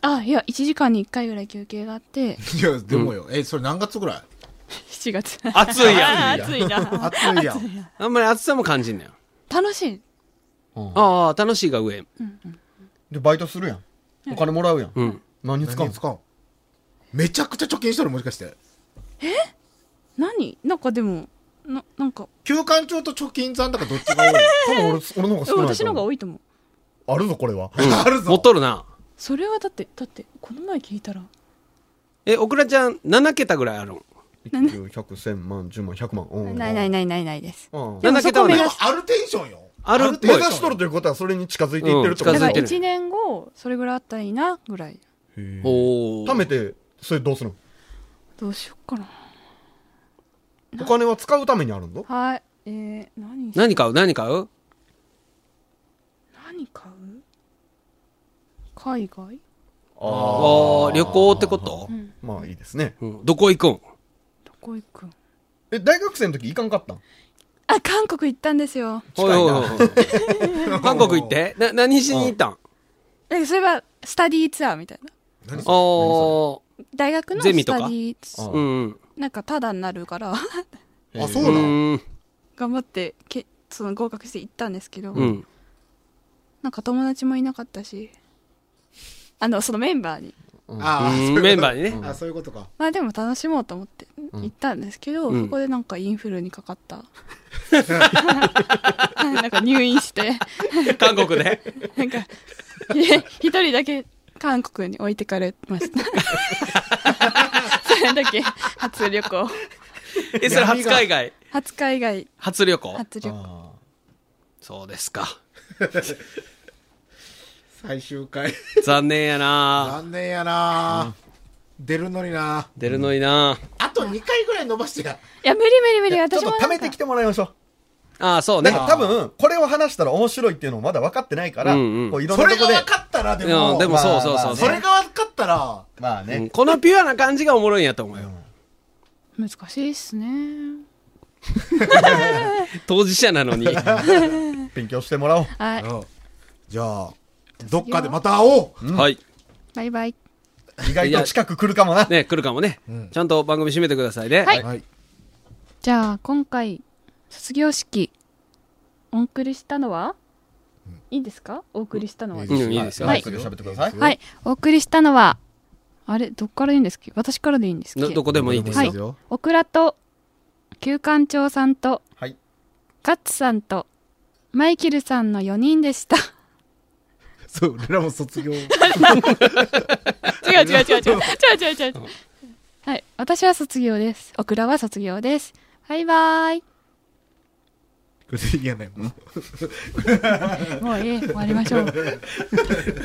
[SPEAKER 2] あいや1時間に1回ぐらい休憩があって
[SPEAKER 3] いや、でもよ。え、それ何月ぐらい
[SPEAKER 2] 7月
[SPEAKER 4] 熱いやん。
[SPEAKER 2] あー暑いな
[SPEAKER 3] 暑いやん。
[SPEAKER 4] あんまり暑さも感じんねん。
[SPEAKER 2] 楽しい
[SPEAKER 4] ああ、楽しいが上。
[SPEAKER 5] で、バイトするやん。お金もらうやん。
[SPEAKER 4] うん。
[SPEAKER 5] 何に使う
[SPEAKER 3] 何
[SPEAKER 5] の
[SPEAKER 3] に使うんめちゃくちゃ貯金しとるもしかして。
[SPEAKER 2] 何なんかでもななんか
[SPEAKER 3] 休館長と貯金残高どっちが多い
[SPEAKER 2] [LAUGHS]
[SPEAKER 5] 多分俺、俺の方が少な
[SPEAKER 2] え
[SPEAKER 5] いと思う。
[SPEAKER 2] 私の方が多いと思う
[SPEAKER 5] あるぞ、これは。
[SPEAKER 3] [LAUGHS] ある
[SPEAKER 4] 持っ
[SPEAKER 3] ぞ。
[SPEAKER 4] とるな。
[SPEAKER 2] それはだってだってこの前聞いたら
[SPEAKER 4] え、オクラちゃん、7桁ぐらいあるん。
[SPEAKER 5] 100、100、万、10万、100万。うん
[SPEAKER 2] ないないないないないです
[SPEAKER 5] うん
[SPEAKER 2] でも
[SPEAKER 4] 7
[SPEAKER 2] そ
[SPEAKER 4] 桁
[SPEAKER 2] こ
[SPEAKER 4] は
[SPEAKER 2] 目
[SPEAKER 4] な
[SPEAKER 3] で
[SPEAKER 4] い
[SPEAKER 2] 指
[SPEAKER 3] も
[SPEAKER 2] す
[SPEAKER 3] あるテンションよ。
[SPEAKER 4] あるっぽ
[SPEAKER 5] 目
[SPEAKER 4] い
[SPEAKER 5] 指。しとるということは、それに近づいていってるってこと
[SPEAKER 4] う
[SPEAKER 2] だ
[SPEAKER 4] ん近づ
[SPEAKER 2] から
[SPEAKER 4] いてる
[SPEAKER 2] 1年後それぐらいあったらいいなぐらい
[SPEAKER 4] おー
[SPEAKER 5] 貯めて、それどうするの
[SPEAKER 2] どうしよっかな
[SPEAKER 5] お金は使うためにあるの
[SPEAKER 2] はいえー、何し
[SPEAKER 4] 何買う何買う
[SPEAKER 2] 何買う海外
[SPEAKER 4] あ
[SPEAKER 5] あ
[SPEAKER 4] あ、旅行ってこと
[SPEAKER 2] ん
[SPEAKER 5] あ。まあいいですね。
[SPEAKER 4] うん。どこ行くん
[SPEAKER 2] どこ行く
[SPEAKER 5] え、大学生の時行かんかったん
[SPEAKER 2] あ韓国行ったんですよ
[SPEAKER 5] 近いな
[SPEAKER 4] おいおいおい韓国行ってな、何しに行ったん
[SPEAKER 2] えそれはスタディーツアーみたいな
[SPEAKER 3] 何それ
[SPEAKER 4] あ
[SPEAKER 2] 大学の
[SPEAKER 4] ゼ
[SPEAKER 2] ス
[SPEAKER 4] ミとか
[SPEAKER 2] タディーツ
[SPEAKER 5] あ
[SPEAKER 4] あ、うん。
[SPEAKER 2] なんかタダになるから [LAUGHS]
[SPEAKER 3] あ、そううなん
[SPEAKER 4] ん。
[SPEAKER 2] 頑張ってけその合格して行ったんですけど、
[SPEAKER 4] うん。
[SPEAKER 2] なんか友達もいなかったしあのそのメンバーに
[SPEAKER 3] あーそういう
[SPEAKER 4] うん
[SPEAKER 3] こと
[SPEAKER 4] メンバーにね
[SPEAKER 3] あ、そういうことか。
[SPEAKER 2] まあでも楽しもうと思って行ったんですけど、
[SPEAKER 4] うん
[SPEAKER 2] そこでなんかインフルにかかった [LAUGHS] なんか入院して
[SPEAKER 4] [LAUGHS] 韓国で
[SPEAKER 2] なんか、 [LAUGHS] え一人だけ韓国に置いてかれました。 [LAUGHS] それだけ、初旅行。
[SPEAKER 4] え、それ初海外
[SPEAKER 2] 初海外、
[SPEAKER 4] 初旅行
[SPEAKER 2] 初旅行。
[SPEAKER 5] あ
[SPEAKER 4] そうですか。
[SPEAKER 3] 最終回。
[SPEAKER 4] 残念
[SPEAKER 3] [LAUGHS]
[SPEAKER 4] やな
[SPEAKER 3] 残念やな出るのにな
[SPEAKER 4] 出るのにな
[SPEAKER 3] あと2回ぐらい伸ばしてや。
[SPEAKER 2] いや、無理無理無
[SPEAKER 5] ー
[SPEAKER 2] 理、
[SPEAKER 5] いやちょっ
[SPEAKER 2] 私
[SPEAKER 5] と
[SPEAKER 2] も
[SPEAKER 5] 貯
[SPEAKER 2] な
[SPEAKER 5] め
[SPEAKER 2] んか
[SPEAKER 5] てきてもらいましょ
[SPEAKER 4] ああ、そう
[SPEAKER 5] な
[SPEAKER 4] ね
[SPEAKER 5] ん。か多分、これを話したら面白いっていうのもまだ分かってないから、
[SPEAKER 4] うんうん
[SPEAKER 5] こういろん
[SPEAKER 3] そ
[SPEAKER 5] な
[SPEAKER 3] れ
[SPEAKER 5] と
[SPEAKER 3] が
[SPEAKER 5] こで
[SPEAKER 3] 分、かったらで
[SPEAKER 4] う
[SPEAKER 3] も
[SPEAKER 4] ん、でもそうそう
[SPEAKER 5] まあま
[SPEAKER 4] そ
[SPEAKER 5] あ
[SPEAKER 4] う。
[SPEAKER 3] それが分かったら
[SPEAKER 5] まあね、
[SPEAKER 4] うんこのピュアな感じがおもろいんやと思うよ。
[SPEAKER 2] 難しいっすね。
[SPEAKER 4] [LAUGHS] 当事者なのに。は
[SPEAKER 5] 勉強してもらおう。
[SPEAKER 2] はい。
[SPEAKER 3] うんじゃあどっかでまた会おう
[SPEAKER 4] い。
[SPEAKER 2] バイバイ。
[SPEAKER 5] 意外と近く来るかもな。
[SPEAKER 4] ね、来るかもね。ちゃんと番組締めてくださいね。
[SPEAKER 2] はい
[SPEAKER 3] はい
[SPEAKER 2] じゃあ、今回、卒業式、お送りしたのは、いいですかお送りしたのは。
[SPEAKER 4] うんいいですよ
[SPEAKER 5] はい喋ってくださ
[SPEAKER 3] で
[SPEAKER 5] い
[SPEAKER 3] すよ
[SPEAKER 2] はい。お送りしたのは、あれ、どっからいいんですっけ私からでいいんですっ
[SPEAKER 4] ど
[SPEAKER 2] け
[SPEAKER 4] どこでもいいです
[SPEAKER 2] は
[SPEAKER 4] よ。
[SPEAKER 2] い。オクラと、旧館長さんと、
[SPEAKER 5] はい。
[SPEAKER 2] ガッツさんと、マイケルさんの4人でした。
[SPEAKER 3] そう俺らも卒業
[SPEAKER 2] [LAUGHS] 違う違う違う違う違う違う違う違う。 [LAUGHS] はい。私は卒業です。オクラは卒業です。バイバイ。
[SPEAKER 3] これでいいやねもう
[SPEAKER 2] もうええ、終わりましょう。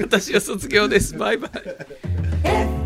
[SPEAKER 4] 私は卒業です。バイバイ。
[SPEAKER 1] F